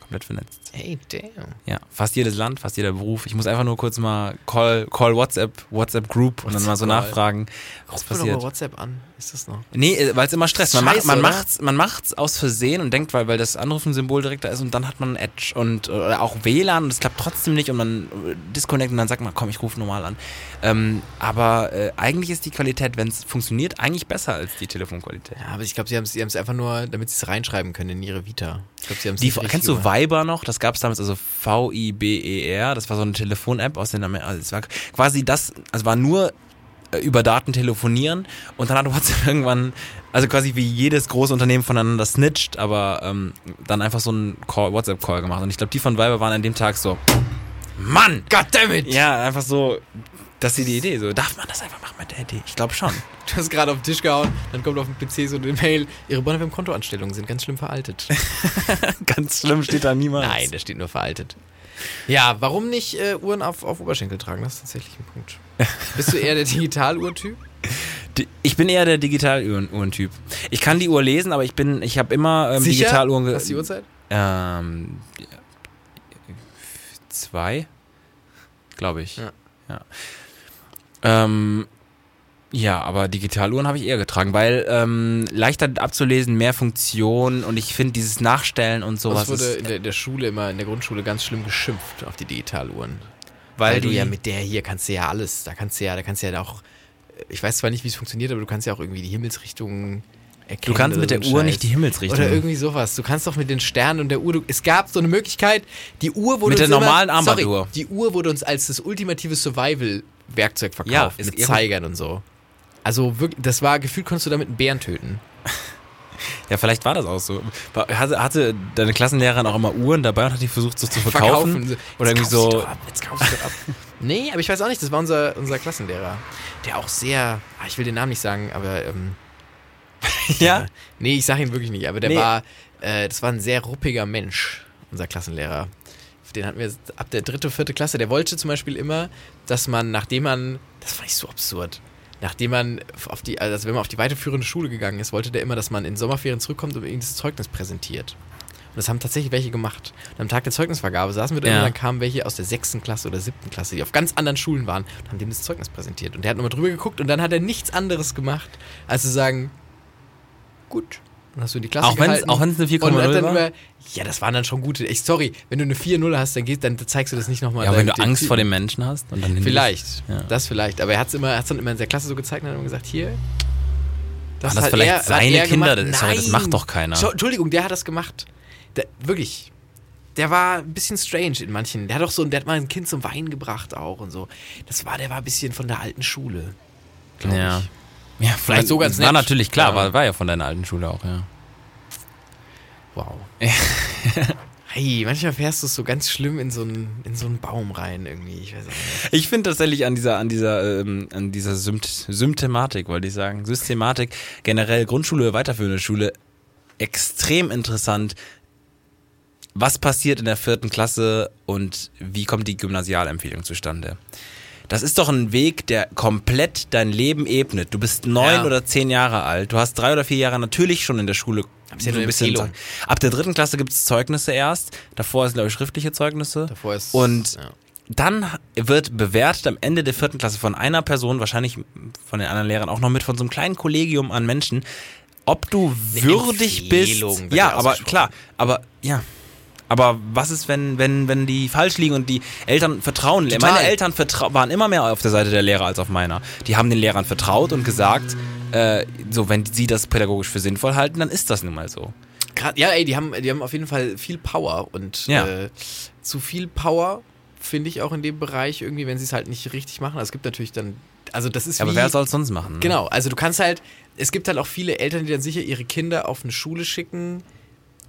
Komplett vernetzt. Hey, damn. Ja, fast jedes Land, fast jeder Beruf. Ich muss einfach nur kurz mal Call, call WhatsApp, WhatsApp Group und dann mal so WhatsApp-Call. nachfragen, was Ruf mir doch mal passiert. WhatsApp an. Ist das noch? Nee, äh, weil es immer Stress. Man, macht, Scheiße, man, oder? macht's, man macht's aus Versehen und denkt, weil, weil das Anrufen-Symbol direkt da ist und dann hat man Edge und oder auch WLAN und es klappt trotzdem nicht und man äh, disconnect und dann sagt man, komm, ich rufe normal an. Ähm, aber äh, eigentlich ist die Qualität, wenn es funktioniert, eigentlich besser als die Telefonqualität. Ja, aber ich glaube, sie haben es sie haben's einfach nur, damit sie es reinschreiben können in ihre Vita. Ich glaube, sie haben es Die, kennst du Viber noch? Das gab es damals, also V-I-B-E-R. E Das war so eine Telefon-App aus den Amerika. Also es war quasi das, also war nur äh, über Daten telefonieren und dann hat WhatsApp irgendwann, also quasi wie jedes große Unternehmen voneinander snitcht, aber ähm, dann einfach so einen Call- WhatsApp-Call gemacht. Und ich glaube, die von Viber waren an dem Tag so, Mann! Goddammit! Ja, einfach so, das ist die Idee. So, darf man das einfach machen mit der Idee? Ich glaube schon. Du hast gerade auf den Tisch gehauen, dann kommt auf dem PC so eine Mail. Ihre Bonfm-Kontoanstellungen sind ganz schlimm veraltet. Ganz schlimm steht da niemand. Nein, da steht nur veraltet. Ja, warum nicht äh, Uhren auf, auf Oberschenkel tragen? Das ist tatsächlich ein Punkt. Bist du eher der Digitaluhrtyp? Ähm, Di- Ich bin eher der Digitaluhren-Typ. Ich kann die Uhr lesen, aber ich bin, ich habe immer ähm, Sicher? Digitaluhren. ge- Hast du die Uhrzeit? Ähm, ja, zwei, glaube ich. Ja. Ja. Ja. Ähm, ja, aber Digitaluhren habe ich eher getragen, weil ähm, leichter abzulesen, mehr Funktion und ich finde dieses Nachstellen und Bei sowas uns wurde ist, in der, der Schule immer, in der Grundschule ganz schlimm geschimpft auf die Digitaluhren. weil, Weil du die- ja mit der hier kannst du ja alles, da kannst du ja, da kannst du ja auch äh, ich weiß zwar nicht, wie es funktioniert, aber du kannst ja auch irgendwie die Himmelsrichtungen Du erkennen. kannst oder mit so der einen Uhr Scheiß. nicht die Himmelsrichtung. Oder irgendwie sowas. Du kannst doch mit den Sternen und der Uhr. Du, es gab so eine Möglichkeit, die Uhr wurde Mit uns der immer, normalen Armbanduhr. Sorry, die Uhr wurde uns als das ultimative Survival-Werkzeug Ja, verkauft. es- mit Zeigern und so. Also wirklich, das war gefühlt, konntest du damit einen Bären töten. Ja, vielleicht war das auch so. War- Hatte, hatte deine Klassenlehrerin auch immer Uhren dabei und hat die versucht so zu verkaufen? Jetzt Oder irgendwie kaufst du so. doch Ab, jetzt kaufst du doch ab. nee, aber ich weiß auch nicht. Das war unser, unser Klassenlehrer, der auch sehr. ah, Ich will den Namen nicht sagen, aber ähm, Ja, Nee, ich sage ihn wirklich nicht, aber der Nee. war, äh, das war ein sehr ruppiger Mensch, unser Klassenlehrer. Den hatten wir ab der dritte, vierte Klasse. Der wollte zum Beispiel immer, dass man, nachdem man, das fand ich so absurd, nachdem man auf die, also wenn man auf die weiterführende Schule gegangen ist, wollte der immer, dass man in Sommerferien zurückkommt und irgendein Zeugnis präsentiert. Und das haben tatsächlich welche gemacht. Und am Tag der Zeugnisvergabe saßen wir da Ja. und dann kamen welche aus der sechsten Klasse oder siebten Klasse, die auf ganz anderen Schulen waren und haben dem das Zeugnis präsentiert. Und der hat nochmal drüber geguckt und dann hat er nichts anderes gemacht, als zu sagen, gut. Dann hast du in die Klasse auch wenn es gehalten. auch wenn's eine und hat 4,0 dann war. über, ja, das waren dann schon gute. Ich, sorry, wenn du eine 4-0 hast, dann, gehst, dann zeigst du das nicht nochmal. Ja, aber wenn du Angst vor dem Menschen hast und dann hingehst- Vielleicht, Ja. das vielleicht. Aber er hat es immer, hat's dann immer in der Klasse so gezeigt und hat immer gesagt, hier. Waren das hat vielleicht er- hat seine er Kinder? gemacht. Das- sorry, das Nein. macht doch keiner. Schau, Entschuldigung, der hat das gemacht. Der, wirklich. Der war ein bisschen strange in manchen. Der hat auch so, der hat mal ein Kind zum Weinen gebracht auch und so. Das war, der war ein bisschen von der alten Schule. glaub Ja. ich. Ja, vielleicht so so ganz ganz War nett. natürlich klar, Ja. war, war ja von deiner alten Schule auch, ja. Wow. hey, manchmal fährst du so ganz schlimm in so einen, in so einen Baum rein irgendwie. Ich weiß auch nicht. Ich finde tatsächlich an dieser, an dieser, ähm, an dieser Sympt Symptomatik, wollte ich sagen, Systematik, generell Grundschule, weiterführende Schule, extrem interessant. Was passiert in der vierten Klasse und wie kommt die Gymnasialempfehlung zustande? Das ist doch ein Weg, der komplett dein Leben ebnet. Du bist neun Ja. oder zehn Jahre alt. Du hast drei oder vier Jahre natürlich schon in der Schule. ist ja nur eine Empfehlung. Ab der dritten Klasse gibt es Zeugnisse erst. Davor sind, glaube ich, schriftliche Zeugnisse. Davor ist. Und ja. dann wird bewertet am Ende der vierten Klasse von einer Person, wahrscheinlich von den anderen Lehrern auch noch mit, von so einem kleinen Kollegium an Menschen, ob du Eine würdig bist. Empfehlung wird Ja, ja aber ausgesprochen. klar, aber ja. Aber was ist, wenn, wenn, wenn die falsch liegen und die Eltern vertrauen? Total. Meine Eltern vertra waren immer mehr auf der Seite der Lehrer als auf meiner. Die haben den Lehrern vertraut und gesagt, äh, so, wenn sie das pädagogisch für sinnvoll halten, dann ist das nun mal so. Grad, ja, ey, die haben, die haben auf jeden Fall viel Power und Ja. äh, zu viel Power finde ich auch in dem Bereich irgendwie, wenn sie es halt nicht richtig machen. Also es gibt natürlich dann, also das ist Aber wie, wer soll es sonst machen? ne? Genau, also du kannst halt, es gibt halt auch viele Eltern, die dann sicher ihre Kinder auf eine Schule schicken,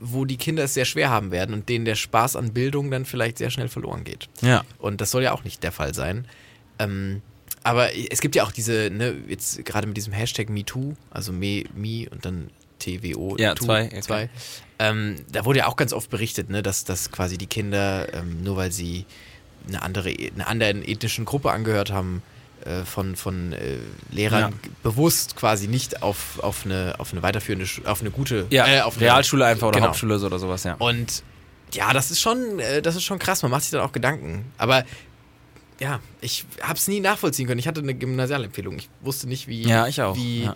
wo die Kinder es sehr schwer haben werden und denen der Spaß an Bildung dann vielleicht sehr schnell verloren geht. Ja. Und das soll ja auch nicht der Fall sein. Ähm, aber es gibt ja auch diese, ne, jetzt gerade mit diesem Hashtag MeToo, also Me, Me und dann TWO. Ja, Too, zwei, okay. zwei. Ähm, da wurde ja auch ganz oft berichtet, ne, dass, dass quasi die Kinder, ähm, nur weil sie eine andere, einer anderen ethnischen Gruppe angehört haben, äh, von, von äh, Lehrern Ja. g- bewusst quasi nicht auf, auf, eine, auf eine weiterführende, Schu- auf eine gute, Ja, äh, auf eine- Realschule einfach oder genau. Hauptschule oder sowas, ja. Und ja, das ist schon, äh, das ist schon krass. Man macht sich dann auch Gedanken. Aber ja, ich habe es nie nachvollziehen können. Ich hatte eine Gymnasialempfehlung. Ich wusste nicht, wie Ja, ich auch. wie, ja.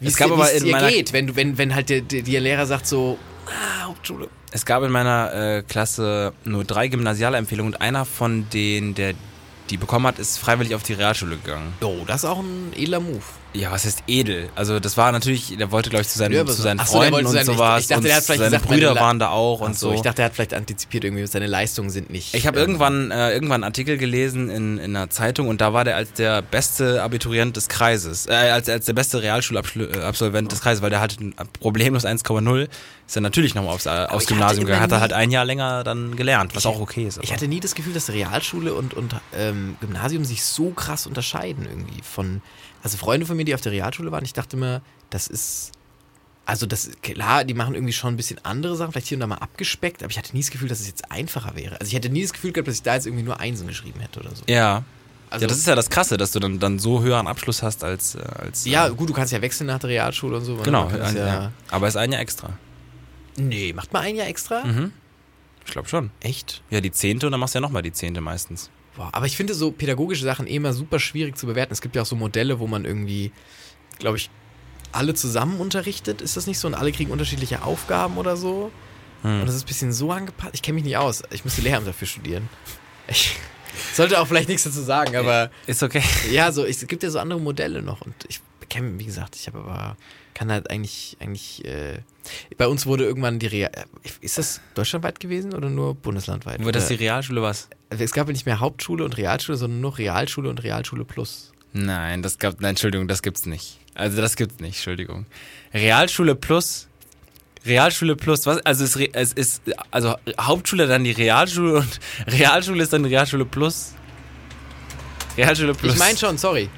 wie Es es gab dir, aber wie es in dir meiner- geht, wenn du, wenn, wenn halt der, der, der Lehrer sagt so, ah, Hauptschule. Es gab in meiner äh, Klasse nur drei Gymnasialempfehlungen und einer von denen, der die bekommen hat, ist freiwillig auf die Realschule gegangen. Jo, Oh, das ist auch ein edler Move. Ja, was heißt edel? Also das war natürlich, der wollte glaube ich zu seinen, Ja, aber zu so- seinen Ach so, der Freunden wollte und sein- ich- sowas. ich dachte, der hat und vielleicht seine gesagt, meine Brüder La- waren da auch Und und so, so. ich dachte, er hat vielleicht antizipiert irgendwie, seine Leistungen sind nicht. Ich habe ähm, irgendwann, äh, irgendwann einen Artikel gelesen in, in einer Zeitung und da war der als der beste Abiturient des Kreises, äh, als, als der beste Realschulabsolvent des Kreises, weil der hatte ein äh, problemlos 1,0, ist dann natürlich nochmal aufs, äh, aufs ich hatte Gymnasium immer gegangen, hat er nie- halt ein Jahr länger dann gelernt, was auch okay ist. Ich aber. hatte nie das Gefühl, dass Realschule und, und ähm, Gymnasium sich so krass unterscheiden irgendwie von, also Freunde von mir, die auf der Realschule waren, ich dachte immer, das ist, also das, klar, die machen irgendwie schon ein bisschen andere Sachen, vielleicht hier und da mal abgespeckt, aber ich hatte nie das Gefühl, dass es jetzt einfacher wäre. Also ich hätte nie das Gefühl gehabt, dass ich da jetzt irgendwie nur Einsen geschrieben hätte oder so. ja. Also, ja, das ist ja das Krasse, dass du dann, dann so höheren Abschluss hast als. äh, als äh, ja, gut, du kannst ja wechseln nach der Realschule und so. genau. man kann das Ein, ja, ja. Aber ist ein Jahr extra. Nee, macht mal ein Jahr extra? Mhm. Ich glaube schon. Echt? Ja, die zehnte und dann machst du ja nochmal die zehnte meistens. Boah, aber ich finde so pädagogische Sachen eh immer super schwierig zu bewerten. Es gibt ja auch so Modelle, wo man irgendwie, glaube ich, alle zusammen unterrichtet. Ist das nicht so? Und alle kriegen unterschiedliche Aufgaben oder so. Und das ist ein bisschen so angepasst. Ich kenne mich nicht aus. Ich müsste Lehramt dafür studieren. Ich, Sollte auch vielleicht nichts dazu sagen, aber Ist okay. ja, so, ich, es gibt ja so andere Modelle noch und ich kenne, wie gesagt, ich habe aber, kann halt eigentlich, eigentlich, äh, bei uns wurde irgendwann die Real, ist das deutschlandweit gewesen oder nur bundeslandweit? Wurde das die Oder- Realschule was? Also es gab ja nicht mehr Hauptschule und Realschule, sondern nur Realschule und Realschule plus. Nein, das gab, nein, Entschuldigung, das gibt's nicht. Also das gibt's nicht, Entschuldigung. Realschule plus, Realschule plus, was? Also es, re- es ist, also Hauptschule dann die Realschule und Realschule ist dann Realschule plus. Realschule plus. Ich meine schon, sorry.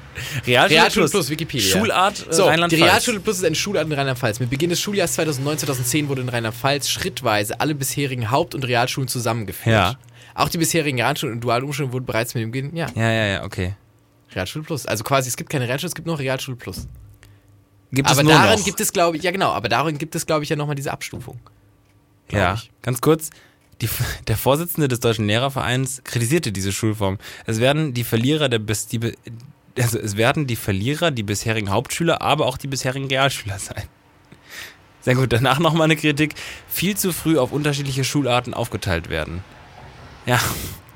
Realschule, Realschule plus, Wikipedia. Schulart äh, So, die Rheinland-Pfalz. Realschule Plus ist eine Schulart in Rheinland-Pfalz. Mit Beginn des Schuljahres 2009-2010 wurde in Rheinland-Pfalz schrittweise alle bisherigen Haupt- und Realschulen zusammengeführt. Ja. Auch die bisherigen Realschulen und Dualumschulen wurden bereits mit dem Beginn, ja, Ja, ja, ja, okay. Realschule Plus. Also quasi, es gibt keine Realschule, es gibt nur Realschule Plus. Gibt Aber es nur darin noch? gibt es, glaube ich, ja genau, aber darin gibt es, glaube ich, ja nochmal diese Abstufung. glaub Ja, ich. ganz kurz. Die, der Vorsitzende des Deutschen Lehrervereins kritisierte diese Schulform. Es werden die Verlierer der bis, die, be- also es werden die Verlierer, die bisherigen Hauptschüler, aber auch die bisherigen Realschüler sein. Sehr gut, danach nochmal eine Kritik. Viel zu früh auf unterschiedliche Schularten aufgeteilt werden. Ja,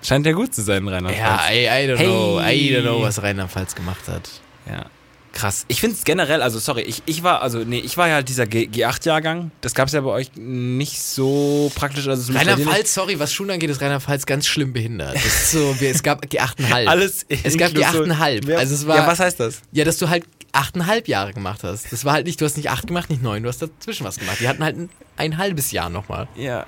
scheint ja gut zu sein, Rainer. Ja, I, I don't Hey. know, I don't know, was Rheinland-Pfalz gemacht hat. Ja. Krass. Ich finde es generell, also sorry, ich, ich war, also nee, ich war ja halt dieser G- G8-Jahrgang. Das gab es ja bei euch nicht so praktisch. Also zumindest bei denen- Rheinland-Pfalz, sorry, was Schulen angeht, ist Rheinland-Pfalz ganz schlimm behindert. Das ist so, wir, es gab die 8,5. Alles Es gab die inklusive. 8,5. Ja, Also es war- ja, was heißt das? Ja, dass du halt 8,5 Jahre gemacht hast. Das war halt nicht, du hast nicht 8 gemacht, nicht 9, du hast dazwischen was gemacht. Die hatten halt ein, ein halbes Jahr nochmal. Ja.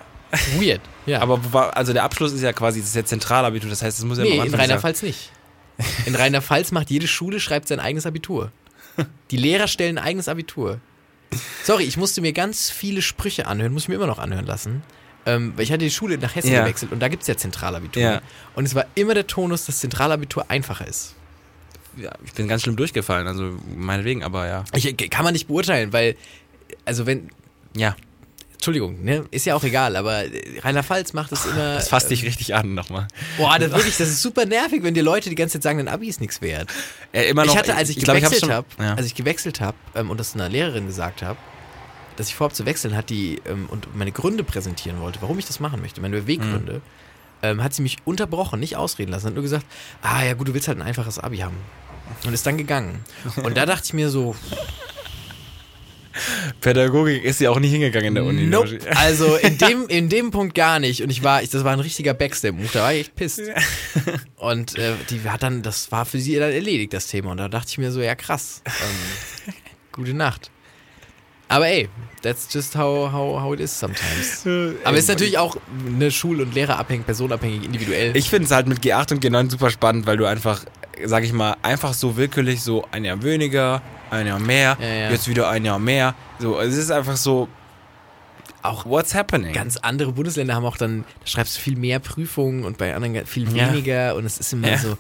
Weird. Ja. Aber wo war- also der Abschluss ist ja quasi, das ist ja Zentralabitur, das heißt, es muss ja nee, am in Anfang sein. Rheinland-Pfalz nicht. In Rheinland-Pfalz macht jede Schule, schreibt sein eigenes Abitur. Die Lehrer stellen ein eigenes Abitur. Sorry, ich musste mir ganz viele Sprüche anhören, muss ich mir immer noch anhören lassen. Ähm, weil ich hatte die Schule nach Hessen Ja. gewechselt und da gibt es ja Zentralabitur. Ja. Und es war immer der Tonus, dass Zentralabitur einfacher ist. Ja, ich bin ganz schlimm durchgefallen, also meinetwegen, aber ja. Ich, kann man nicht beurteilen, weil, also wenn, Ja, Entschuldigung, ne? Ist ja auch egal, aber äh, Rheinland-Pfalz macht es immer. das fasst dich richtig an nochmal. Boah, das wirklich, das ist super nervig, wenn die Leute die ganze Zeit sagen, dein Abi ist nichts wert. Äh, immer noch, ich hatte, als ich, glaub, hab's gewechselt also schon- habe, ja. als ich gewechselt habe ähm, und das einer Lehrerin gesagt habe, dass ich vorhabe zu wechseln, hat die ähm, und meine Gründe präsentieren wollte, warum ich das machen möchte, meine Beweggründe, Mhm. ähm, hat sie mich unterbrochen, nicht ausreden lassen, hat nur gesagt, ah ja gut, du willst halt ein einfaches Abi haben. Und ist dann gegangen. Und da dachte ich mir so, Pädagogik ist ja auch nicht hingegangen in der Uni. Nope. Also in dem, in dem Punkt gar nicht. Und ich war, ich, das war ein richtiger Backstab-Move, da war ich echt pisst. Und äh, die hat dann, das war für sie dann erledigt, das Thema. Und da dachte ich mir so, ja krass. Ähm, gute Nacht. Aber ey, that's just how, how, how it is sometimes. Aber ist natürlich auch eine Schul- und Lehrerabhängig, personabhängig, individuell. Ich finde es halt mit G8 und G9 super spannend, weil du einfach, sag ich mal, einfach so willkürlich so ein Jahr weniger, ein Jahr mehr, Ja, ja. jetzt wieder ein Jahr mehr. So, also es ist einfach so, auch what's happening? ganz andere Bundesländer haben auch dann, da schreibst du viel mehr Prüfungen und bei anderen viel Ja. weniger. Und es ist immer Ja. so,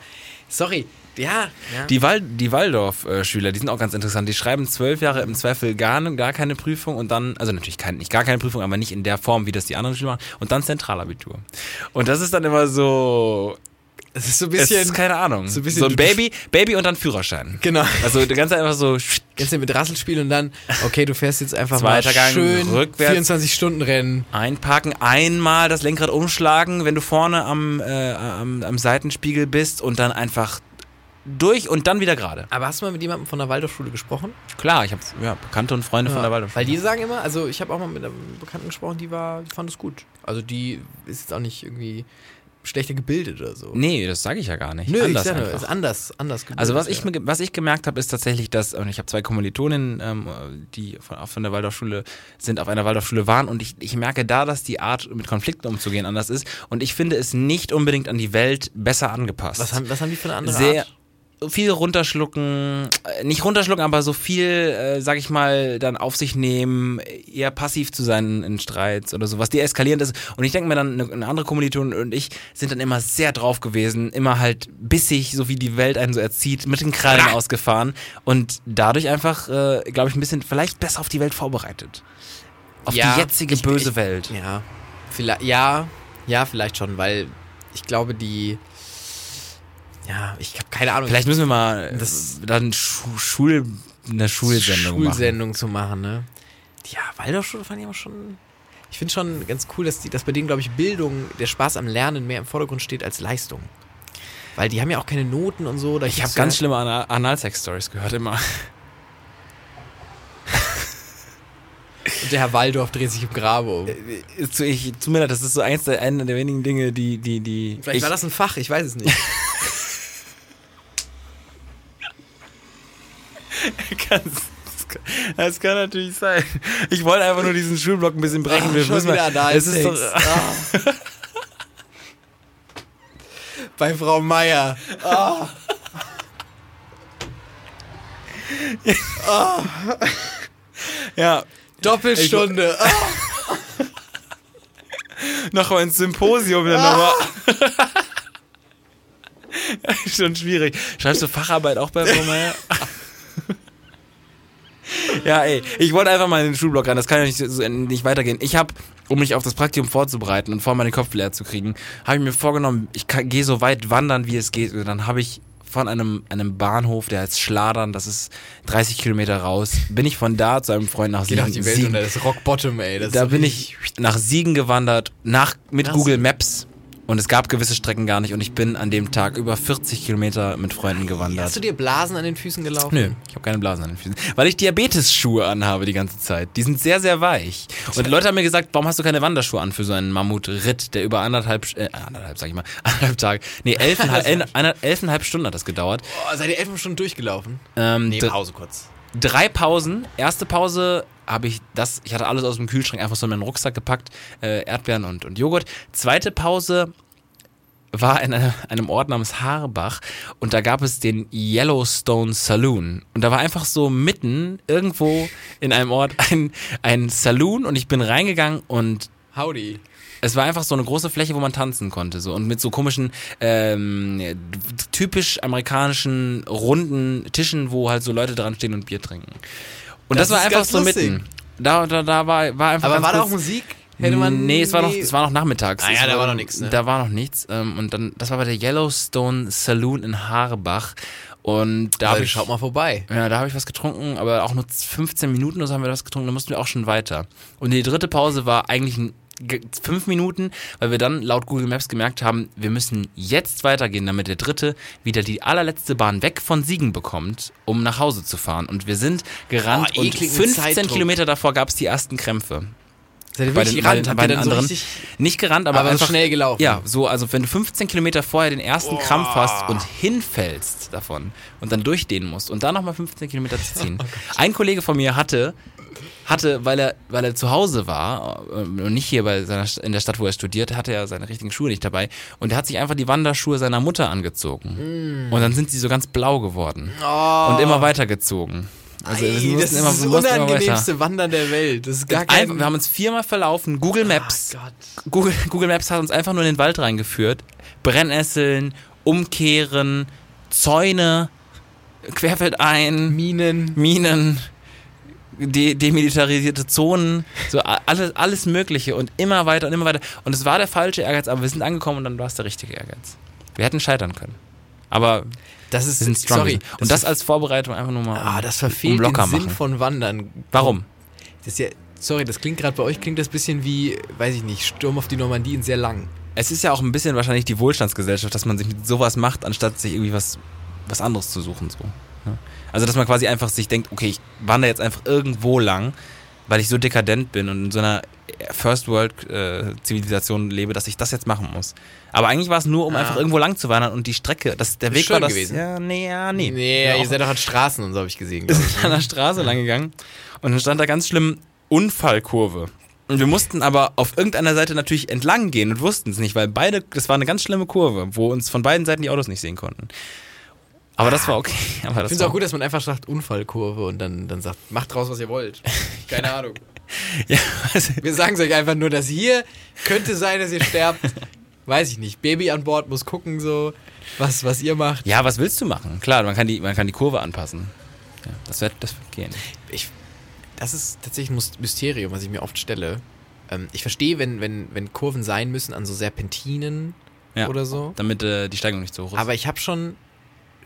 sorry, ja. ja. Die, Wal die Waldorf-Schüler, die sind auch ganz interessant. Die schreiben zwölf Jahre im Zweifel gar, gar keine Prüfung und dann, also natürlich kein, nicht gar keine Prüfung, aber nicht in der Form, wie das die anderen Schüler machen, und dann Zentralabitur. Und das ist dann immer so, es ist so ein es ist keine Ahnung, so so ein ein, bisschen- du- Baby, Baby und dann Führerschein. Genau. Also ganz einfach so, Jetzt mit Rasselspiel und dann, okay, du fährst jetzt einfach mal Zweiter Gang, schön rückwärts. 24-Stunden-Rennen. einparken, einmal das Lenkrad umschlagen, wenn du vorne am, äh, am, am Seitenspiegel bist und dann einfach durch und dann wieder gerade. Aber hast du mal mit jemandem von der Waldorfschule gesprochen? Klar, ich habe ja, Bekannte und Freunde von der Waldorfschule. Weil die sagen immer, also ich habe auch mal mit einem Bekannten gesprochen, die war, die fand es gut. Also die ist jetzt auch nicht irgendwie schlechter gebildet oder so. Nee, das sage ich ja gar nicht. Nö, Anders ich sag nur, einfach. ist anders, anders gebildet. Also was ich, ja. mir ge- was ich gemerkt habe, ist tatsächlich, dass und ich habe zwei Kommilitoninnen, ähm, die von, auch von der Waldorfschule sind, auf einer Waldorfschule waren und ich, ich merke da, dass die Art, mit Konflikten umzugehen, anders ist und ich finde es nicht unbedingt an die Welt besser angepasst. was, haben, was haben die für eine andere Sehr Art? viel runterschlucken, äh, nicht runterschlucken, aber so viel, äh, sag ich mal, dann auf sich nehmen, eher passiv zu sein in, in Streits oder sowas, deeskalierend ist. Und ich denke mir dann, eine, eine andere Kommilitonin und ich sind dann immer sehr drauf gewesen, immer halt bissig, so wie die Welt einen so erzieht, mit den Krallen ausgefahren und dadurch einfach, äh, glaube ich, ein bisschen vielleicht besser auf die Welt vorbereitet. Auf Ja, die jetzige ich- böse ich- Welt. Ja, vielleicht, ja, ja, vielleicht schon, weil ich glaube, die, ja, ich habe keine Ahnung. Vielleicht müssen wir mal äh, Das- dann Schu Schul eine Schulsendung machen. Schulsendung zu machen, ne? Ja, Waldorfschule fand ich aber schon. Ich finde schon ganz cool, dass, die, dass bei denen, glaube ich, Bildung, der Spaß am Lernen mehr im Vordergrund steht als Leistung. Weil die haben ja auch keine Noten und so. da Ich habe kriegst du ganz ja- schlimme Anal Analsex-Stories gehört immer. Und der Herr Waldorf dreht sich im Grabe um. Zu, ich, zu mir leid, das ist so eins der, eine der wenigen Dinge, die, die, die. Vielleicht ich, war das ein Fach, ich weiß es nicht. kann, das, kann, das kann natürlich sein. Ich wollte einfach nur diesen Schulblock ein bisschen brechen. Wir Ah, schon müssen mal- wieder es ist doch, Analsex. Ah. Bei Frau Meier. ja, Doppelstunde. Ah. noch mal ins Symposium dann nochmal. Schon schwierig. Schreibst du Facharbeit auch bei Romeyer? ja, ey, ich wollte einfach mal in den Schulblock ran. Das kann ja nicht, so- nicht weitergehen. Ich habe, um mich auf das Praktikum vorzubereiten und vorher meinen Kopf leer zu kriegen, habe ich mir vorgenommen, ich kann- gehe so weit wandern, wie es geht. Und dann habe ich von einem, einem Bahnhof, der heißt Schladern, das ist 30 Kilometer raus, bin ich von da zu einem Freund nach Geht auf Siegen- die Welt Siegen- und das ist Rock Bottom, ey. Das da ist bin richtig- ich nach Siegen gewandert, nach, mit Nach Google Maps. Und es gab gewisse Strecken gar nicht. Und ich bin an dem Tag über 40 Kilometer mit Freunden Hast du gewandert. dir Blasen an den Füßen gelaufen? Nö, ich habe keine Blasen an den Füßen. Weil ich Diabetes-Schuhe anhabe die ganze Zeit. Die sind sehr, sehr weich. Und Leute haben mir gesagt, warum hast du keine Wanderschuhe an für so einen Mammut-Ritt, der über anderthalb, äh, anderthalb, sag ich mal, anderthalb Tage, nee, elfenhalb, el- einer- elfenhalb Stunden hat das gedauert. Oh, seid ihr elf Stunden durchgelaufen? Ähm, Nee, dr- Pause kurz. drei Pausen. Erste Pause habe ich das, ich hatte alles aus dem Kühlschrank einfach so in meinen Rucksack gepackt, äh, Erdbeeren und, und Joghurt. Zweite Pause war in einer- einem Ort namens Harbach und da gab es den Yellowstone Saloon. Und da war einfach so mitten irgendwo in einem Ort ein, ein Saloon und ich bin reingegangen und Howdy. es war einfach so eine große Fläche, wo man tanzen konnte. So. Und mit so komischen, ähm, typisch amerikanischen, runden Tischen, wo halt so Leute dran stehen und Bier trinken. Und das, Das war ist einfach ganz so lustig. mitten. Da, da, da war, war einfach Aber ganz war da auch kurz- Musik? Hätte man nee, es war noch, es war noch nachmittags. Ah ja, Es da war noch nichts, ne? Da war noch nichts. Ähm, und dann, das war bei der Yellowstone Saloon in Harbach. Und da Da habe also, ich, schaut mal vorbei. ja, da habe ich was getrunken, aber auch nur 15 Minuten oder so haben wir das getrunken, da mussten wir auch schon weiter. Und die dritte Pause war eigentlich ein, ge- fünf Minuten, weil wir dann laut Google Maps gemerkt haben, wir müssen jetzt weitergehen, damit der dritte wieder die allerletzte Bahn weg von Siegen bekommt, um nach Hause zu fahren. Und wir sind gerannt Oh, und ekligen 15 Zeitdruck. Kilometer davor gab es die ersten Krämpfe. Seid ihr Bei den, bei, gerannt? den- Habt bei ihr den dann so anderen. richtig- nicht gerannt, aber, Aber einfach schnell gelaufen. Ja, so, also wenn du 15 Kilometer vorher den ersten Krampf hast und hinfällst davon und dann durch den musst und dann nochmal 15 Kilometer zu ziehen. Ein Kollege von mir hatte, hatte, weil er, weil er zu Hause war äh, und nicht hier bei seiner, St- in der Stadt, wo er studiert, hatte er seine richtigen Schuhe nicht dabei und er hat sich einfach die Wanderschuhe seiner Mutter angezogen. Und dann sind sie so ganz blau geworden Mm. Oh. und immer weitergezogen. Also wir Ei, mussten das immer- ist wir das mussten immer weiter. unangenehmste Wandern der Welt. Das ist gar kein... Einfach, wir haben uns viermal verlaufen. Google Maps oh Gott. Google, Google Maps hat uns einfach nur in den Wald reingeführt. Brennnesseln, Umkehren, Zäune, Querfeld ein, Minen. Minen, de demilitarisierte Zonen, so a- alles, alles Mögliche und immer weiter und immer weiter. Und es war der falsche Ehrgeiz, aber wir sind angekommen und dann war es der richtige Ehrgeiz. Wir hätten scheitern können. Aber Das ist... wir sind strong. sorry. und das als Vorbereitung einfach nur mal. Ah, das verfehlt um locker den Sinn machen. von Wandern. Warum? Das ist ja, sorry, das klingt gerade bei euch, klingt das bisschen wie, weiß ich nicht, Sturm auf die Normandie in sehr lang. Es ist ja auch ein bisschen wahrscheinlich die Wohlstandsgesellschaft, dass man sich mit sowas macht, anstatt sich irgendwie was, was anderes zu suchen. So. ne? Also, dass man quasi einfach sich denkt, okay, ich wandere jetzt einfach irgendwo lang, weil ich so dekadent bin und in so einer First-World-Zivilisation lebe, dass ich das jetzt machen muss. Aber eigentlich war es nur, um Ah. einfach irgendwo lang zu wandern und die Strecke, das, der Ist Weg war schön das. gewesen. Ja, nee, ja, nee. Nee, ja, ihr auch- seid doch an Straßen und so habe ich gesehen. wir glaub sind an der Straße lang gegangen und dann stand da ganz schlimm Unfallkurve. Und wir mussten aber auf irgendeiner Seite natürlich entlang gehen und wussten es nicht, weil beide, das war eine ganz schlimme Kurve, wo uns von beiden Seiten die Autos nicht sehen konnten. Aber das war okay. Aber das Ich finde es war auch gut, dass man einfach sagt Unfallkurve und dann, dann sagt, macht draus, was ihr wollt. Keine Ahnung. Ja, also, Wir sagen es euch einfach nur, dass hier könnte sein, dass ihr sterbt. Weiß ich nicht. Baby an Bord muss gucken, so, was, was ihr macht. ja, was willst du machen? Klar, man kann die, man kann die Kurve anpassen. Ja, das wird das wird gehen. Ich, das ist tatsächlich ein Mus- Mysterium, was ich mir oft stelle. Ähm, ich verstehe, wenn, wenn, wenn Kurven sein müssen an so Serpentinen Ja. oder so. Damit äh, die Steigung nicht so hoch ist. Aber ich habe schon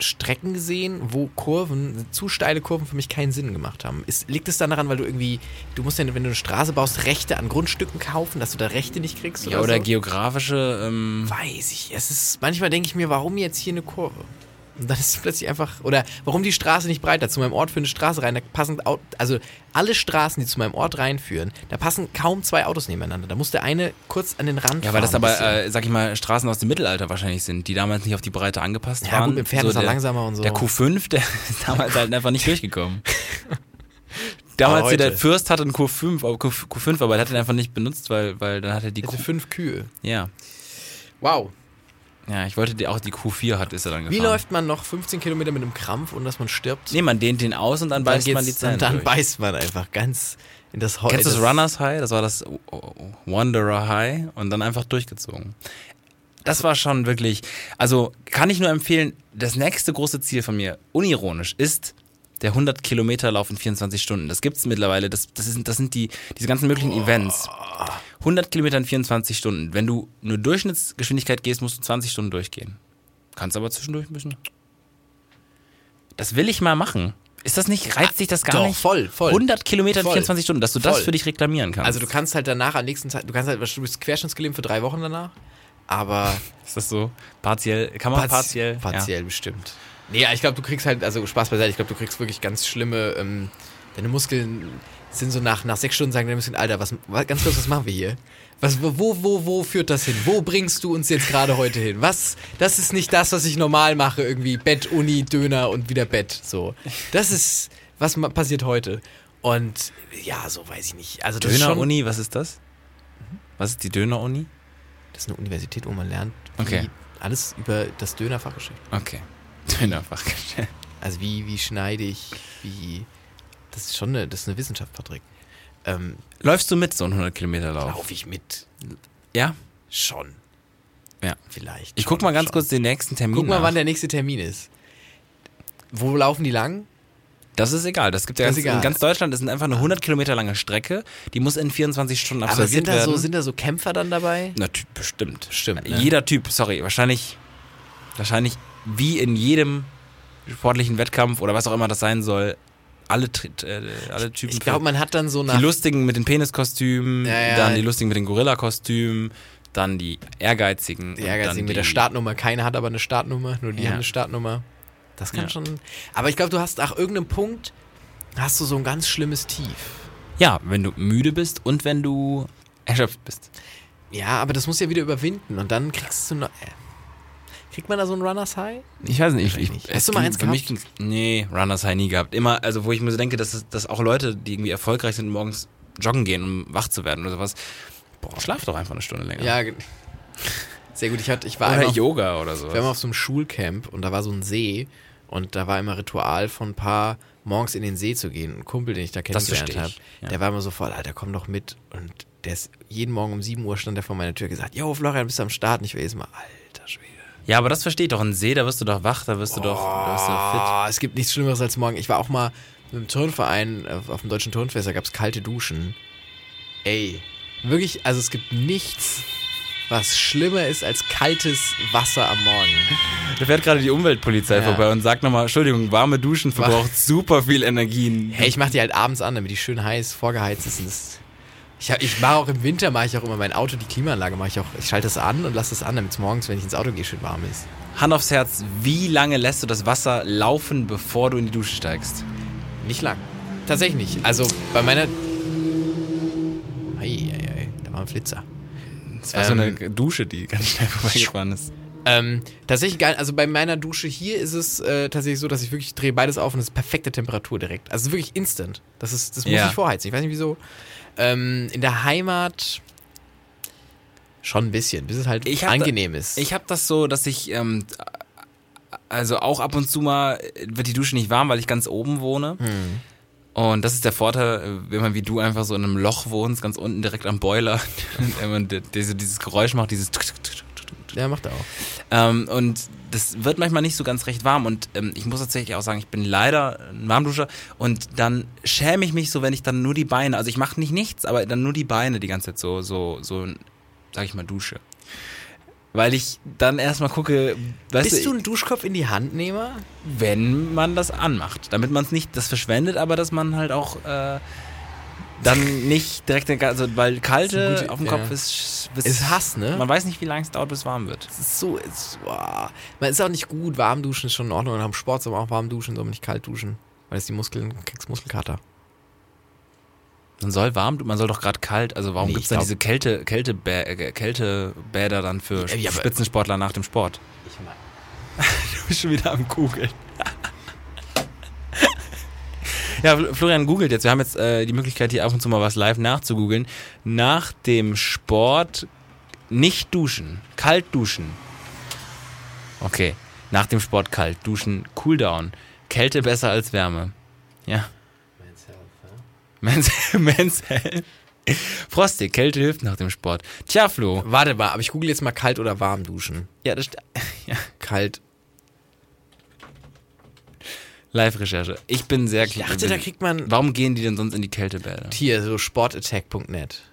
Strecken gesehen, wo Kurven, zu steile Kurven für mich keinen Sinn gemacht haben. Ist, liegt es dann daran, weil du irgendwie, du musst ja, wenn du eine Straße baust, Rechte an Grundstücken kaufen, dass du da Rechte nicht kriegst? Ja, oder, oder so? geografische. Ähm, Weiß ich. Es ist, manchmal denke ich mir, warum jetzt hier eine Kurve? Und dann ist es plötzlich einfach, oder warum die Straße nicht breiter? Zu meinem Ort führt eine Straße rein, da passen, Au- also alle Straßen, die zu meinem Ort reinführen, da passen kaum zwei Autos nebeneinander. Da muss der eine kurz an den Rand ja, weil das fahren, aber, bisschen. äh, sag ich mal, Straßen aus dem Mittelalter wahrscheinlich sind, die damals nicht auf die Breite angepasst Ja, waren. gut, mit Pferden ist er der, halt langsamer und so. Der Q5, der ist damals halt einfach nicht durchgekommen. damals, Aber heute. der Fürst hatte einen Q5, aber Q, Q5, aber der hat ihn einfach nicht benutzt, weil, weil dann hat er die Q. hätte fünf Kühe. Ja. Wow. Ja, ich wollte die auch die Q4 hat, ist er dann gefahren. Wie läuft man noch 15 Kilometer mit einem Krampf und dass man stirbt? Nee, man dehnt den aus und dann dann beißt man die geht's- und Zähne. dann durch. beißt man einfach ganz in das Holz. Kennst du das Runners High? Das war das oh, oh, oh, Wanderer High und dann einfach durchgezogen. Das war schon wirklich, also kann ich nur empfehlen, das nächste große Ziel von mir, unironisch, ist der 100 Kilometer Lauf in 24 Stunden. Das gibt's mittlerweile, das, das, ist, das sind die, diese ganzen möglichen Events. 100 Kilometer in 24 Stunden. Wenn du nur Durchschnittsgeschwindigkeit gehst, musst du 20 Stunden durchgehen. Kannst aber zwischendurch ein bisschen. Das will ich mal machen. Ist das nicht, reizt dich das gar Doch, nicht? voll, voll. 100 Kilometer in Voll. 24 Stunden, dass du das Voll. für dich reklamieren kannst. Also du kannst halt danach am nächsten Tag, du kannst halt, du bist querschnittsgelähmt für drei Wochen danach, aber ist das so partiell, kann man partiell? partiell bestimmt. Nee, ja, ich glaube, du kriegst halt, also Spaß beiseite, ich glaube, du kriegst wirklich ganz schlimme, ähm, deine Muskeln sind so nach, nach sechs Stunden sagen deine Muskeln, Alter, was, wa- ganz kurz, was machen wir hier? Was, wo, wo- wo, wo führt das hin? Wo bringst du uns jetzt gerade heute hin? Was, das ist nicht das, was ich normal mache, irgendwie Bett, Uni, Döner und wieder Bett, so. Das ist, was ma- passiert heute. Und ja, so weiß ich nicht. Also das Ja. ist schon, Döner-Uni, was ist das? Was ist die Döner-Uni? Das ist eine Universität, wo man lernt, wie Okay. alles über das Dönerfachgeschäft. Okay. Dönerfachgeschäft. Also wie, wie schneide ich, wie. Das ist schon eine, das ist eine Wissenschaft, Patrick. Ähm, Läufst du mit so einen 100 Kilometer Lauf? Laufe ich mit? Ja. Schon. Ja. Vielleicht. Ich guck schon, mal ganz schon. kurz den nächsten Termin. Guck mal, nach. wann der nächste Termin ist. Wo laufen die lang? Das ist egal. Das gibt ja Das ganz, ist in egal. ganz Deutschland ist einfach eine 100 Kilometer lange Strecke. Die muss in 24 Stunden Aber absolviert sind da, werden. so, sind da so Kämpfer dann dabei? Na, ty- bestimmt. Bestimmt, ne? Jeder Typ, sorry, wahrscheinlich, wahrscheinlich wie in jedem sportlichen Wettkampf oder was auch immer das sein soll, alle, Tri- äh, alle Typen. Ich glaube, man hat dann so die nach. lustigen mit den Peniskostümen, Ja, ja. dann die lustigen mit den Gorilla-Kostümen, dann die ehrgeizigen. Die und Ehrgeizigen dann mit der die- Startnummer. Keiner hat aber eine Startnummer, nur die Ja. haben eine Startnummer. Das kann Ja. schon. Aber ich glaube, du hast nach irgendeinem Punkt hast du so ein ganz schlimmes Tief. Ja, wenn du müde bist und wenn du erschöpft bist. Ja, aber das muss ja wieder überwinden und dann kriegst du noch. Äh, kriegt man da so ein Runners High? Ich weiß nicht. Ich, Vielleicht ich, nicht. Hast du mal ging- eins für Mich ging's, nee, Runners High nie gehabt. Immer, also wo ich mir so denke, dass, es, dass auch Leute, die irgendwie erfolgreich sind, morgens joggen gehen, um wach zu werden oder sowas. Boah, schlaf doch einfach eine Stunde länger. Ja. ge- Sehr gut. Ich, hatte, ich war Oder einmal auf, Yoga oder wir waren mal sowas. auf so einem Schulcamp und da war so ein See und da war immer Ritual von ein paar morgens in den See zu gehen. Ein Kumpel, den ich da Das kennengelernt verstehe habe, ich, ja. der war immer so voll, Alter, komm doch mit. Und der ist jeden Morgen um 7 Uhr stand er vor meiner Tür gesagt, Jo, Florian, bist du am Start? Und ich war jedes Mal, Alter Schwede. Ja, aber das verstehe ich doch. Ein See, da wirst du doch wach, da wirst du doch da wirst du doch fit. Ah, es gibt nichts Schlimmeres als morgen. Ich war auch mal mit dem Turnverein äh, auf dem deutschen Turnfest, da gab es kalte Duschen. Ey, wirklich, also es gibt nichts, was schlimmer ist als kaltes Wasser am Morgen. Da fährt gerade die Umweltpolizei Ja. vorbei und sagt nochmal, Entschuldigung, warme Duschen verbraucht super viel Energie. Hey, ich mache die halt abends an, damit die schön heiß vorgeheizt ist. Und das, ich hab- ich mache auch im Winter, mache ich auch immer mein Auto, die Klimaanlage mache ich auch. Ich schalte das an und lasse das an, damit es morgens, wenn ich ins Auto gehe, schön warm ist. Hand aufs Herz, wie lange lässt du das Wasser laufen, bevor du in die Dusche steigst? Nicht lang. Tatsächlich nicht. Also bei meiner... Ei, ei, ei, da war ein Flitzer. Das war so eine Dusche, die ganz schnell vorbeigefahren ist. Ähm, tatsächlich geil. Also bei meiner Dusche hier ist es äh, tatsächlich so, dass ich wirklich drehe beides auf und es ist perfekte Temperatur direkt. Also es ist wirklich instant. Das ist, das muss Ja. ich vorheizen. Ich weiß nicht wieso. Ähm, in der Heimat schon ein bisschen, bis es halt Ich hab da- angenehm ist. Ich habe das so, dass ich ähm, also auch ab und zu mal äh, wird die Dusche nicht warm, weil ich ganz oben wohne. Und das ist der Vorteil, äh, wenn man wie du einfach so in einem Loch wohnst, ganz unten direkt am Boiler, wenn man d- diese- dieses Geräusch macht, dieses tuk, tuk, tuk, tuk, tuk, tuk. ja, macht er auch. Ähm, und das wird manchmal nicht so ganz recht warm. Und ähm, ich muss tatsächlich auch sagen, ich bin leider ein Warmduscher. Und dann schäme ich mich so, wenn ich dann nur die Beine, also ich mache nicht nichts, aber dann nur die Beine die ganze Zeit so, so, so, sag ich mal, dusche. Weil ich dann erstmal gucke, weißt Bist du du, ein Duschkopf in die Handnehmer? wenn man das anmacht. Damit man es nicht, das verschwendet, aber dass man halt auch äh, dann nicht direkt, eine, ga- also weil kalte gute- auf dem ja. Kopf ist, ist, Ist Hass, ne? Man weiß nicht, wie lange es dauert, bis es warm wird. Es ist so, es, boah. Man ist auch nicht gut. Warm duschen ist schon in Ordnung. Und am Sport soll man auch warm duschen, soll man nicht kalt duschen. Weil es die Muskeln, kriegst Muskelkater. Man soll warm, man soll doch gerade kalt. Also warum Nee, gibt's ich da glaub- diese Kälte, Kältebä äh, Kältebäder dann für Ja, ja, aber- Spitzensportler nach dem Sport? Ich du bist schon wieder am Kugeln. ja, Fl- Florian googelt jetzt. Wir haben jetzt äh, die Möglichkeit, hier ab und zu mal was live nachzugoogeln. Nach dem Sport nicht duschen, kalt duschen. Okay, nach dem Sport kalt duschen, Cooldown. Kälte besser als Wärme. Ja. Men's, Men's Health. Frostig, Kälte hilft nach dem Sport. Tja, Flo. Warte mal, aber ich google jetzt mal kalt oder warm duschen. Ja, das ja. Kalt. Live-Recherche. Ich bin sehr Ich dachte, da kriegt man Warum gehen die denn sonst in die Kältebäder? hier so sportattack.net.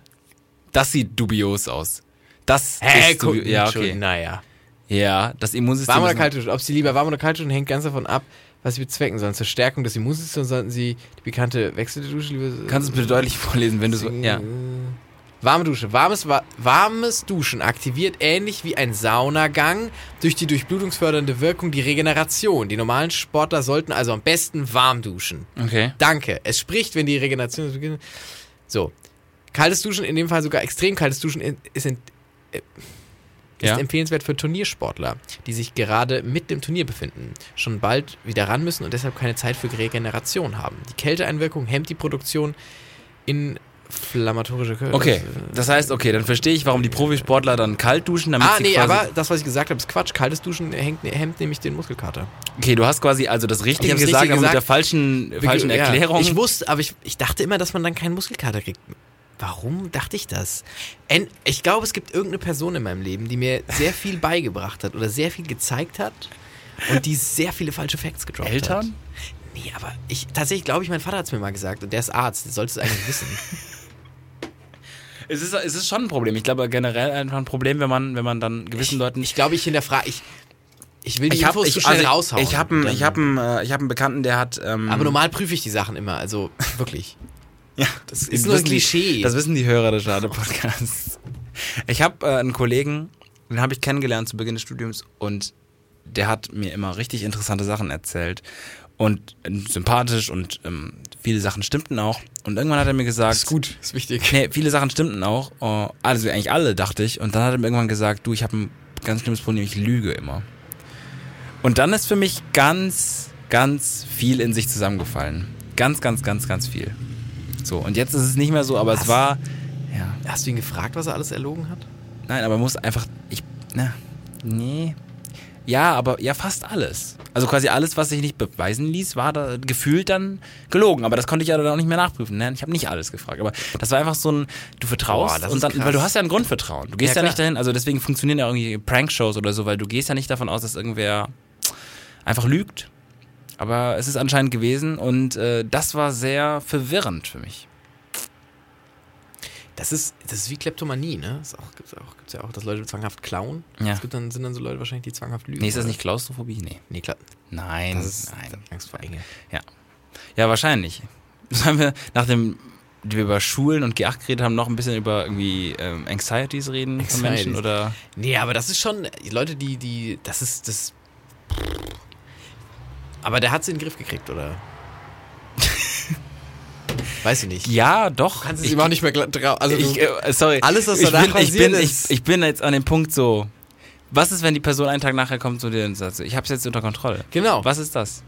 Das sieht dubios aus. Das ist guck, dubios. Ja, schon, okay. naja. Ja, das Immunsystem. Warm oder ist- kalt duschen? Ob sie lieber warm oder kalt duschen, hängt ganz davon ab, was sie bezwecken sollen. Zur Stärkung des Immunsystems sollten sie die bekannte Wechseldusche lieber. Kannst du es bitte deutlich vorlesen, wenn du so. Ja. Warme Dusche. Warmes, wa warmes Duschen aktiviert ähnlich wie ein Saunagang durch die durchblutungsfördernde Wirkung die Regeneration. Die normalen Sportler sollten also am besten warm duschen. Okay. Danke. Es spricht, wenn die Regeneration beginnt. So. Kaltes Duschen, in dem Fall sogar extrem kaltes Duschen, in- ist, in, ist Ja. empfehlenswert für Turniersportler, die sich gerade mit dem Turnier befinden, schon bald wieder ran müssen und deshalb keine Zeit für Regeneration haben. Die Kälteeinwirkung hemmt die Produktion inflammatorischer Körper. Okay. Das heißt, okay, dann verstehe ich, warum die Profisportler dann kalt duschen, damit Ah, sie nee, quasi. aber das, was ich gesagt habe, ist Quatsch. Kaltes Duschen hängt, hemmt nämlich den Muskelkater. okay, du hast quasi also das Richtige hab's gesagt, richtig aber mit der gesagt. falschen, falschen Erklärung. Ich wusste, aber ich, ich dachte immer, dass man dann keinen Muskelkater kriegt. Warum dachte ich das? En- Ich glaube, es gibt irgendeine Person in meinem Leben, die mir sehr viel beigebracht hat oder sehr viel gezeigt hat und die sehr viele falsche Facts gedroppt hat. Eltern? Nee, aber ich tatsächlich glaube ich, mein Vater hat es mir mal gesagt und der ist Arzt, das solltest du eigentlich wissen. Es ist, es ist schon ein Problem. Ich glaube generell einfach ein Problem, wenn man, wenn man dann gewissen Leuten. Ich glaube, ich hinterfrage, ich, ich will die hab- Infos zu schnell also raushauen. Ich habe einen, ich hab einen, äh, ich hab einen Bekannten, der hat. Ähm, Aber normal prüfe ich die Sachen immer, also wirklich. ja, das ist nur ein wissen Klischee. Die, das wissen die Hörer des Schade-Podcasts. Ich habe äh, einen Kollegen, den habe ich kennengelernt zu Beginn des Studiums und der hat mir immer richtig interessante Sachen erzählt und äh, sympathisch und ähm, viele Sachen stimmten auch. Und irgendwann hat er mir gesagt, gut, ist wichtig. Nee, viele Sachen stimmten auch. Äh, Also eigentlich alle, dachte ich. Und dann hat er mir irgendwann gesagt, du, ich habe ein ganz schlimmes Problem, ich lüge immer. Und dann ist für mich ganz, ganz viel in sich zusammengefallen. Ganz, ganz, ganz, ganz viel. So, und jetzt ist es nicht mehr so, aber es Was? war. Ja. Hast du ihn gefragt, was er alles erlogen hat? Nein, aber man muss einfach. Ich. Na, nee. Ja, aber ja, fast alles. Also quasi alles, was sich nicht beweisen ließ, war da gefühlt dann gelogen. Aber das konnte ich ja dann auch nicht mehr nachprüfen. Ne? Ich habe nicht alles gefragt. Aber das war einfach so ein, du vertraust Boah, das und ist dann, krass. weil du hast ja ein Grundvertrauen. Du gehst ja, Ja, nicht dahin, also deswegen funktionieren ja irgendwie Prankshows oder so, weil du gehst ja nicht davon aus, dass irgendwer einfach lügt. Aber es ist anscheinend gewesen und äh, das war sehr verwirrend für mich. Das ist, das ist wie Kleptomanie, ne? Das auch, gibt's, auch, gibt's ja auch, dass Leute zwanghaft klauen. Ja. Es gibt dann, sind dann so Leute wahrscheinlich, die zwanghaft lügen. Nee, ist das oder? nicht Klaustrophobie? Nee. Nee, klar. Nein. Das ist nein. Angst vor Enge. Ja, wahrscheinlich. Sollen wir, nachdem wir über Schulen und G8 geredet haben, noch ein bisschen über irgendwie ähm, Anxieties reden von Anxieties. Menschen? Oder? Nee, aber das ist schon, die Leute, die, die, das ist, das. Aber der hat sie in den Griff gekriegt, oder? Weiß ich nicht. Ja, doch. ich, auch nicht mehr trauen. Also, ich, äh, sorry. Alles, was ich danach bin, ich passiert bin, ich, ist- ich bin jetzt an dem Punkt so, was ist, wenn die Person einen Tag nachher kommt zu dir und sagt, so, ich hab's jetzt unter Kontrolle? genau. Was ist das?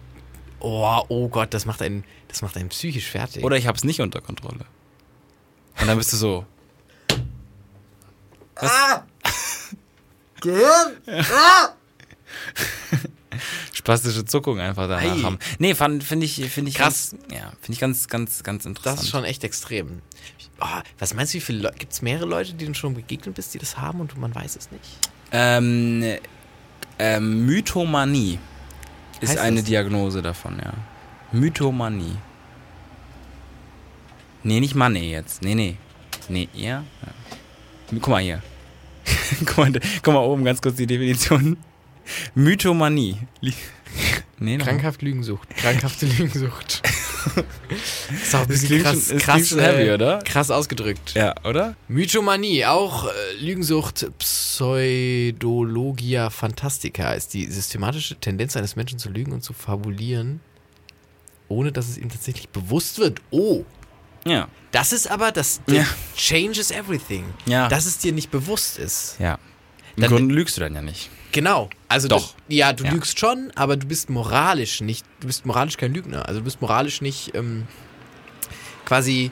Oh, oh Gott, das macht einen, das macht einen psychisch fertig. Oder ich hab's nicht unter Kontrolle. Und dann bist du so, spastische Zuckung einfach danach Ei. haben. Nee, fand- finde ich, finde ich Krass. Ganz, ja, finde ich ganz, ganz, ganz interessant. Das ist schon echt extrem. Oh, was meinst du, wie viele Leute, gibt es mehrere Leute, denen schon begegnet bist, die das haben und man weiß es nicht? Ähm, ähm, Mythomanie ist Heißt eine das? Diagnose davon, ja. Mythomanie. Nee, nicht Money jetzt. Nee, nee. Nee, ja. ja. Guck mal hier. guck, mal, guck mal oben ganz kurz die Definition. Mythomanie. Lie- Nee, noch- Krankhaft Lügensucht. Krankhafte Lügensucht. ist auch Das ein bisschen klingt krass, schon- das krass, klingt schon heavy, äh, oder? krass ausgedrückt. Ja, oder? Mythomanie, auch äh, Lügensucht, Pseudologia Fantastica ist die systematische Tendenz eines Menschen zu lügen und zu fabulieren, ohne dass es ihm tatsächlich bewusst wird. Oh, Ja. das ist aber das Ja. Ah. changes everything. Ja. Dass es dir nicht bewusst ist. Ja. Im Dann- Grunde lügst du dann ja nicht. Genau. Also Doch. Du, ja, du Ja. lügst schon, aber du bist moralisch nicht, du bist moralisch kein Lügner. Also du bist moralisch nicht ähm, quasi,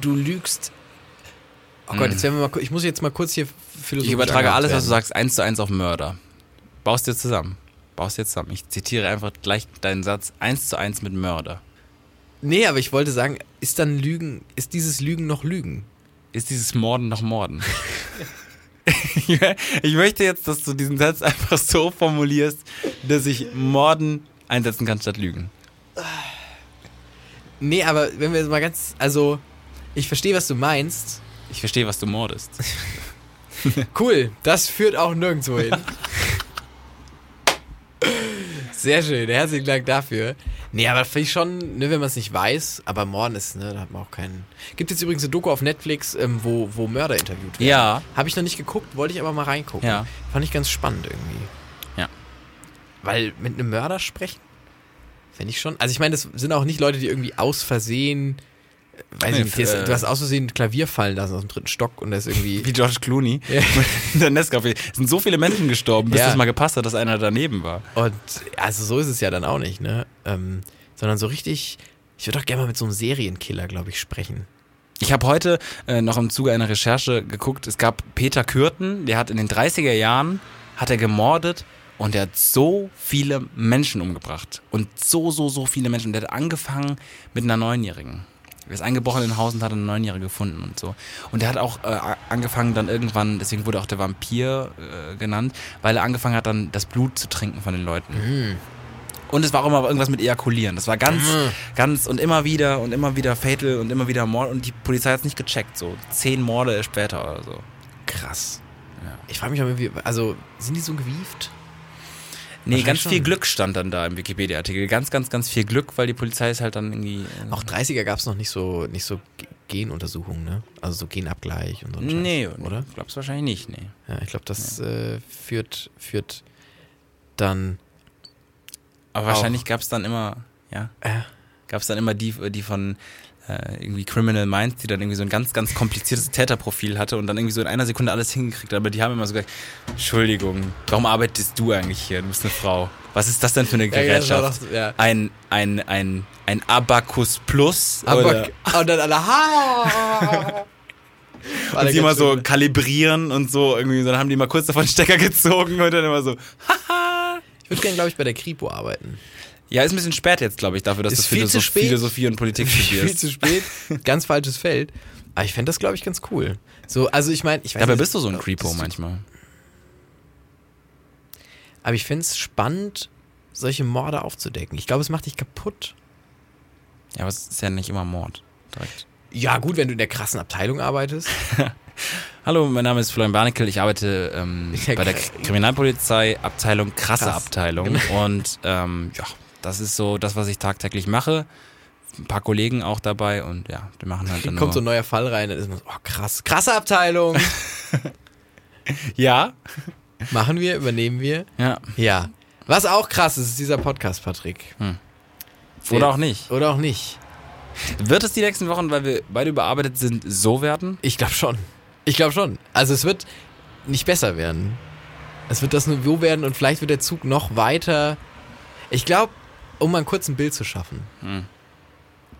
du lügst. Oh Gott, jetzt werden wir mal, ku- ich muss jetzt mal kurz hier philosophisch. Hm. Ich übertrage angehaucht alles, was du werden. sagst, eins zu eins auf Mörder. Baust dir zusammen. Baust dir zusammen. Ich zitiere einfach gleich deinen Satz eins zu eins mit Mörder. Nee, aber ich wollte sagen, ist dann Lügen, ist dieses Lügen noch Lügen? Ist dieses Morden noch Morden? ich mö- ich möchte jetzt, dass du diesen Satz einfach so formulierst, dass ich Morden einsetzen kann statt Lügen. Nee, aber wenn wir jetzt mal ganz, also, ich verstehe, was du meinst. Ich verstehe, was du mordest. Cool, das führt auch nirgendwo hin. Sehr schön, herzlichen Dank dafür. Nee, aber finde ich schon, ne, wenn man es nicht weiß, aber Morden ist, ne, da hat man auch keinen. Gibt jetzt übrigens eine Doku auf Netflix, ähm, wo, wo Mörder interviewt werden. Ja. Habe ich noch nicht geguckt, wollte ich aber mal reingucken. Ja. Fand ich ganz spannend irgendwie. Ja. Weil mit einem Mörder sprechen, finde ich schon. Also ich meine, das sind auch nicht Leute, die irgendwie aus Versehen, äh, weiß Nee, ich nicht, jetzt, äh, du hast aus Versehen Klavier fallen lassen aus dem dritten Stock und das irgendwie. Wie George Clooney. Ja. Der Nescafé. Es sind so viele Menschen gestorben, bis Ja. das mal gepasst hat, dass einer daneben war. Und also so ist es ja dann auch nicht, ne? Ähm, sondern so richtig, ich würde doch gerne mal mit so einem Serienkiller, glaube ich, sprechen. Ich habe heute äh, noch im Zuge einer Recherche geguckt, es gab Peter Kürten, der hat in den 30er Jahren, hat er gemordet und der hat so viele Menschen umgebracht. Und so, so, so viele Menschen. Der hat angefangen mit einer Neunjährigen. Er ist eingebrochen in ein Haus und hat eine Neunjährige gefunden und so. Und der hat auch äh, a- angefangen dann irgendwann, deswegen wurde auch der Vampir äh, genannt, weil er angefangen hat dann das Blut zu trinken von den Leuten. Und es war auch immer irgendwas mit Ejakulieren. Das war ganz, Ah. ganz und immer wieder und immer wieder fatal und immer wieder Mord. Und die Polizei hat es nicht gecheckt. So zehn Morde später oder so. Krass. Ja. Ich frage mich auch irgendwie, also sind die so gewieft? Nee, Wahrscheinlich ganz viel schon. Glück stand dann da im Wikipedia-Artikel. Ganz, ganz, ganz viel Glück, weil die Polizei ist halt dann irgendwie. äh, Auch 30er gab es noch nicht so, nicht so G- Genuntersuchungen, ne? Also so Genabgleich und so. ein Scheiß, Nee, Oder? oder? Glaubst wahrscheinlich nicht, nee. Ja, ich glaube, das äh, führt, führt dann. Aber Auch. wahrscheinlich gab es dann immer, ja. Äh. Gab es dann immer die, die von äh, irgendwie Criminal Minds, die dann irgendwie so ein ganz, ganz kompliziertes Täterprofil hatte und dann irgendwie so in einer Sekunde alles hingekriegt hat. Aber die haben immer so gesagt, Entschuldigung, warum arbeitest du eigentlich hier? Du bist eine Frau. Was ist das denn für eine Gerätschaft? ja. ein, ein, ein, ein Abacus Plus. Aber, oder, und dann alle. Ha! und die mal so kalibrieren und so irgendwie. so, Dann haben die mal kurz davon Stecker gezogen und dann immer so. Ich würde gerne, glaube ich, bei der Kripo arbeiten. Ja, ist ein bisschen spät jetzt, glaube ich, dafür, dass Ist du viel zu Philosoph spät. Philosophie und Politik viel studierst. zu spät. Ganz falsches Feld. Aber ich fände das, glaube ich, ganz cool. So, also ich meine, ich weiß Dabei nicht, bist du so ein ob Creepo das- manchmal. Aber ich fände es spannend, solche Morde aufzudecken. Ich glaube, es macht dich kaputt. Ja, aber es ist ja nicht immer Mord. Direkt. Ja, gut, wenn du in der krassen Abteilung arbeitest. Hallo, mein Name ist Florian Barnickel. Ich arbeite ähm, Ja, bei der krass. Kriminalpolizei Abteilung Krasse Krass. Abteilung. Und ähm, ja, das ist so das, was ich tagtäglich mache. Ein paar Kollegen auch dabei und ja, die machen halt dann Kommt so nur. ein neuer Fall rein, dann ist man so, oh krass, krasse Abteilung. ja, Machen wir, übernehmen wir. ja. Ja. Was auch krass ist, ist dieser Podcast, Patrick. Oder auch nicht. Oder auch nicht. Wird es die nächsten Wochen, weil wir beide überarbeitet sind, so werden? Ich glaube schon. Ich glaube schon. Also es wird nicht besser werden. Es wird das Niveau werden und vielleicht wird der Zug noch weiter. Ich glaube, um mal kurz ein Bild zu schaffen. Hm.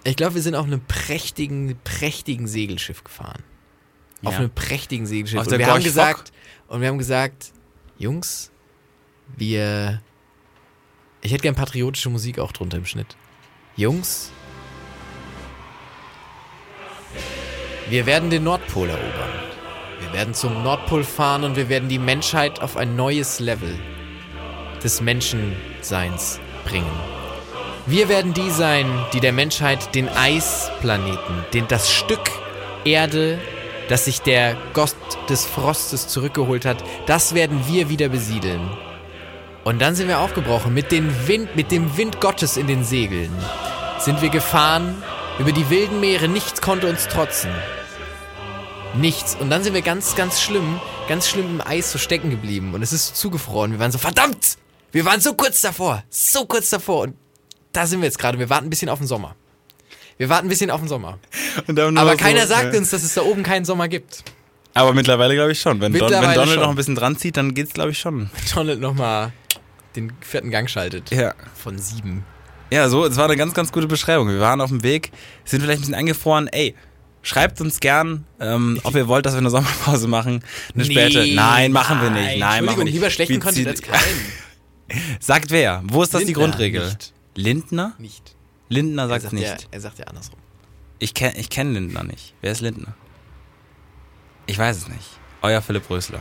Ich glaube, wir sind auf einem prächtigen, prächtigen Segelschiff gefahren. Auf Ja. einem prächtigen Segelschiff. Auf und der wir haben Gorch gesagt, und wir haben gesagt, Jungs, wir. Ich hätte gern patriotische Musik auch drunter im Schnitt. Jungs, wir werden den Nordpol erobern. Wir werden zum Nordpol fahren und wir werden die Menschheit auf ein neues Level des Menschenseins bringen. Wir werden die sein, die der Menschheit den Eisplaneten, den, das Stück Erde, das sich der Gott des Frostes zurückgeholt hat, das werden wir wieder besiedeln. Und dann sind wir aufgebrochen mit, den Wind, mit dem Wind Gottes in den Segeln. Sind wir gefahren über die wilden Meere, nichts konnte uns trotzen. Nichts. Und dann sind wir ganz, ganz schlimm, ganz schlimm im Eis so stecken geblieben. Und es ist zugefroren. Wir waren so, verdammt! Wir waren so kurz davor. So kurz davor. Und da sind wir jetzt gerade. Wir warten ein bisschen auf den Sommer. Wir warten ein bisschen auf den Sommer. Und dann nur Aber so, keiner sagt ja. uns, dass es da oben keinen Sommer gibt. Aber mittlerweile glaube ich schon. Wenn, Don, wenn Mittlerweile Donald schon. noch ein bisschen dran zieht, dann geht's glaube ich schon. Donald nochmal den vierten Gang schaltet. Ja. Von sieben. Ja, so, es war eine ganz, ganz gute Beschreibung. Wir waren auf dem Weg, sind vielleicht ein bisschen eingefroren. Ey, schreibt uns gern, ähm, ob ihr wollt, dass wir eine Sommerpause machen. Eine späte. Nein, machen wir nicht. Nein, machen wir Entschuldigung, nicht. lieber schlechten Wir ziehen- Content als keinen. Sagt wer? Wo ist das die Lindner, Grundregel? nicht. Lindner? Nicht. Lindner Er sagt sagt, nicht. Ja, er sagt ja andersrum. Ich kenne ich kenn Lindner nicht. Wer ist Lindner? Ich weiß es nicht. Euer Philipp Rösler.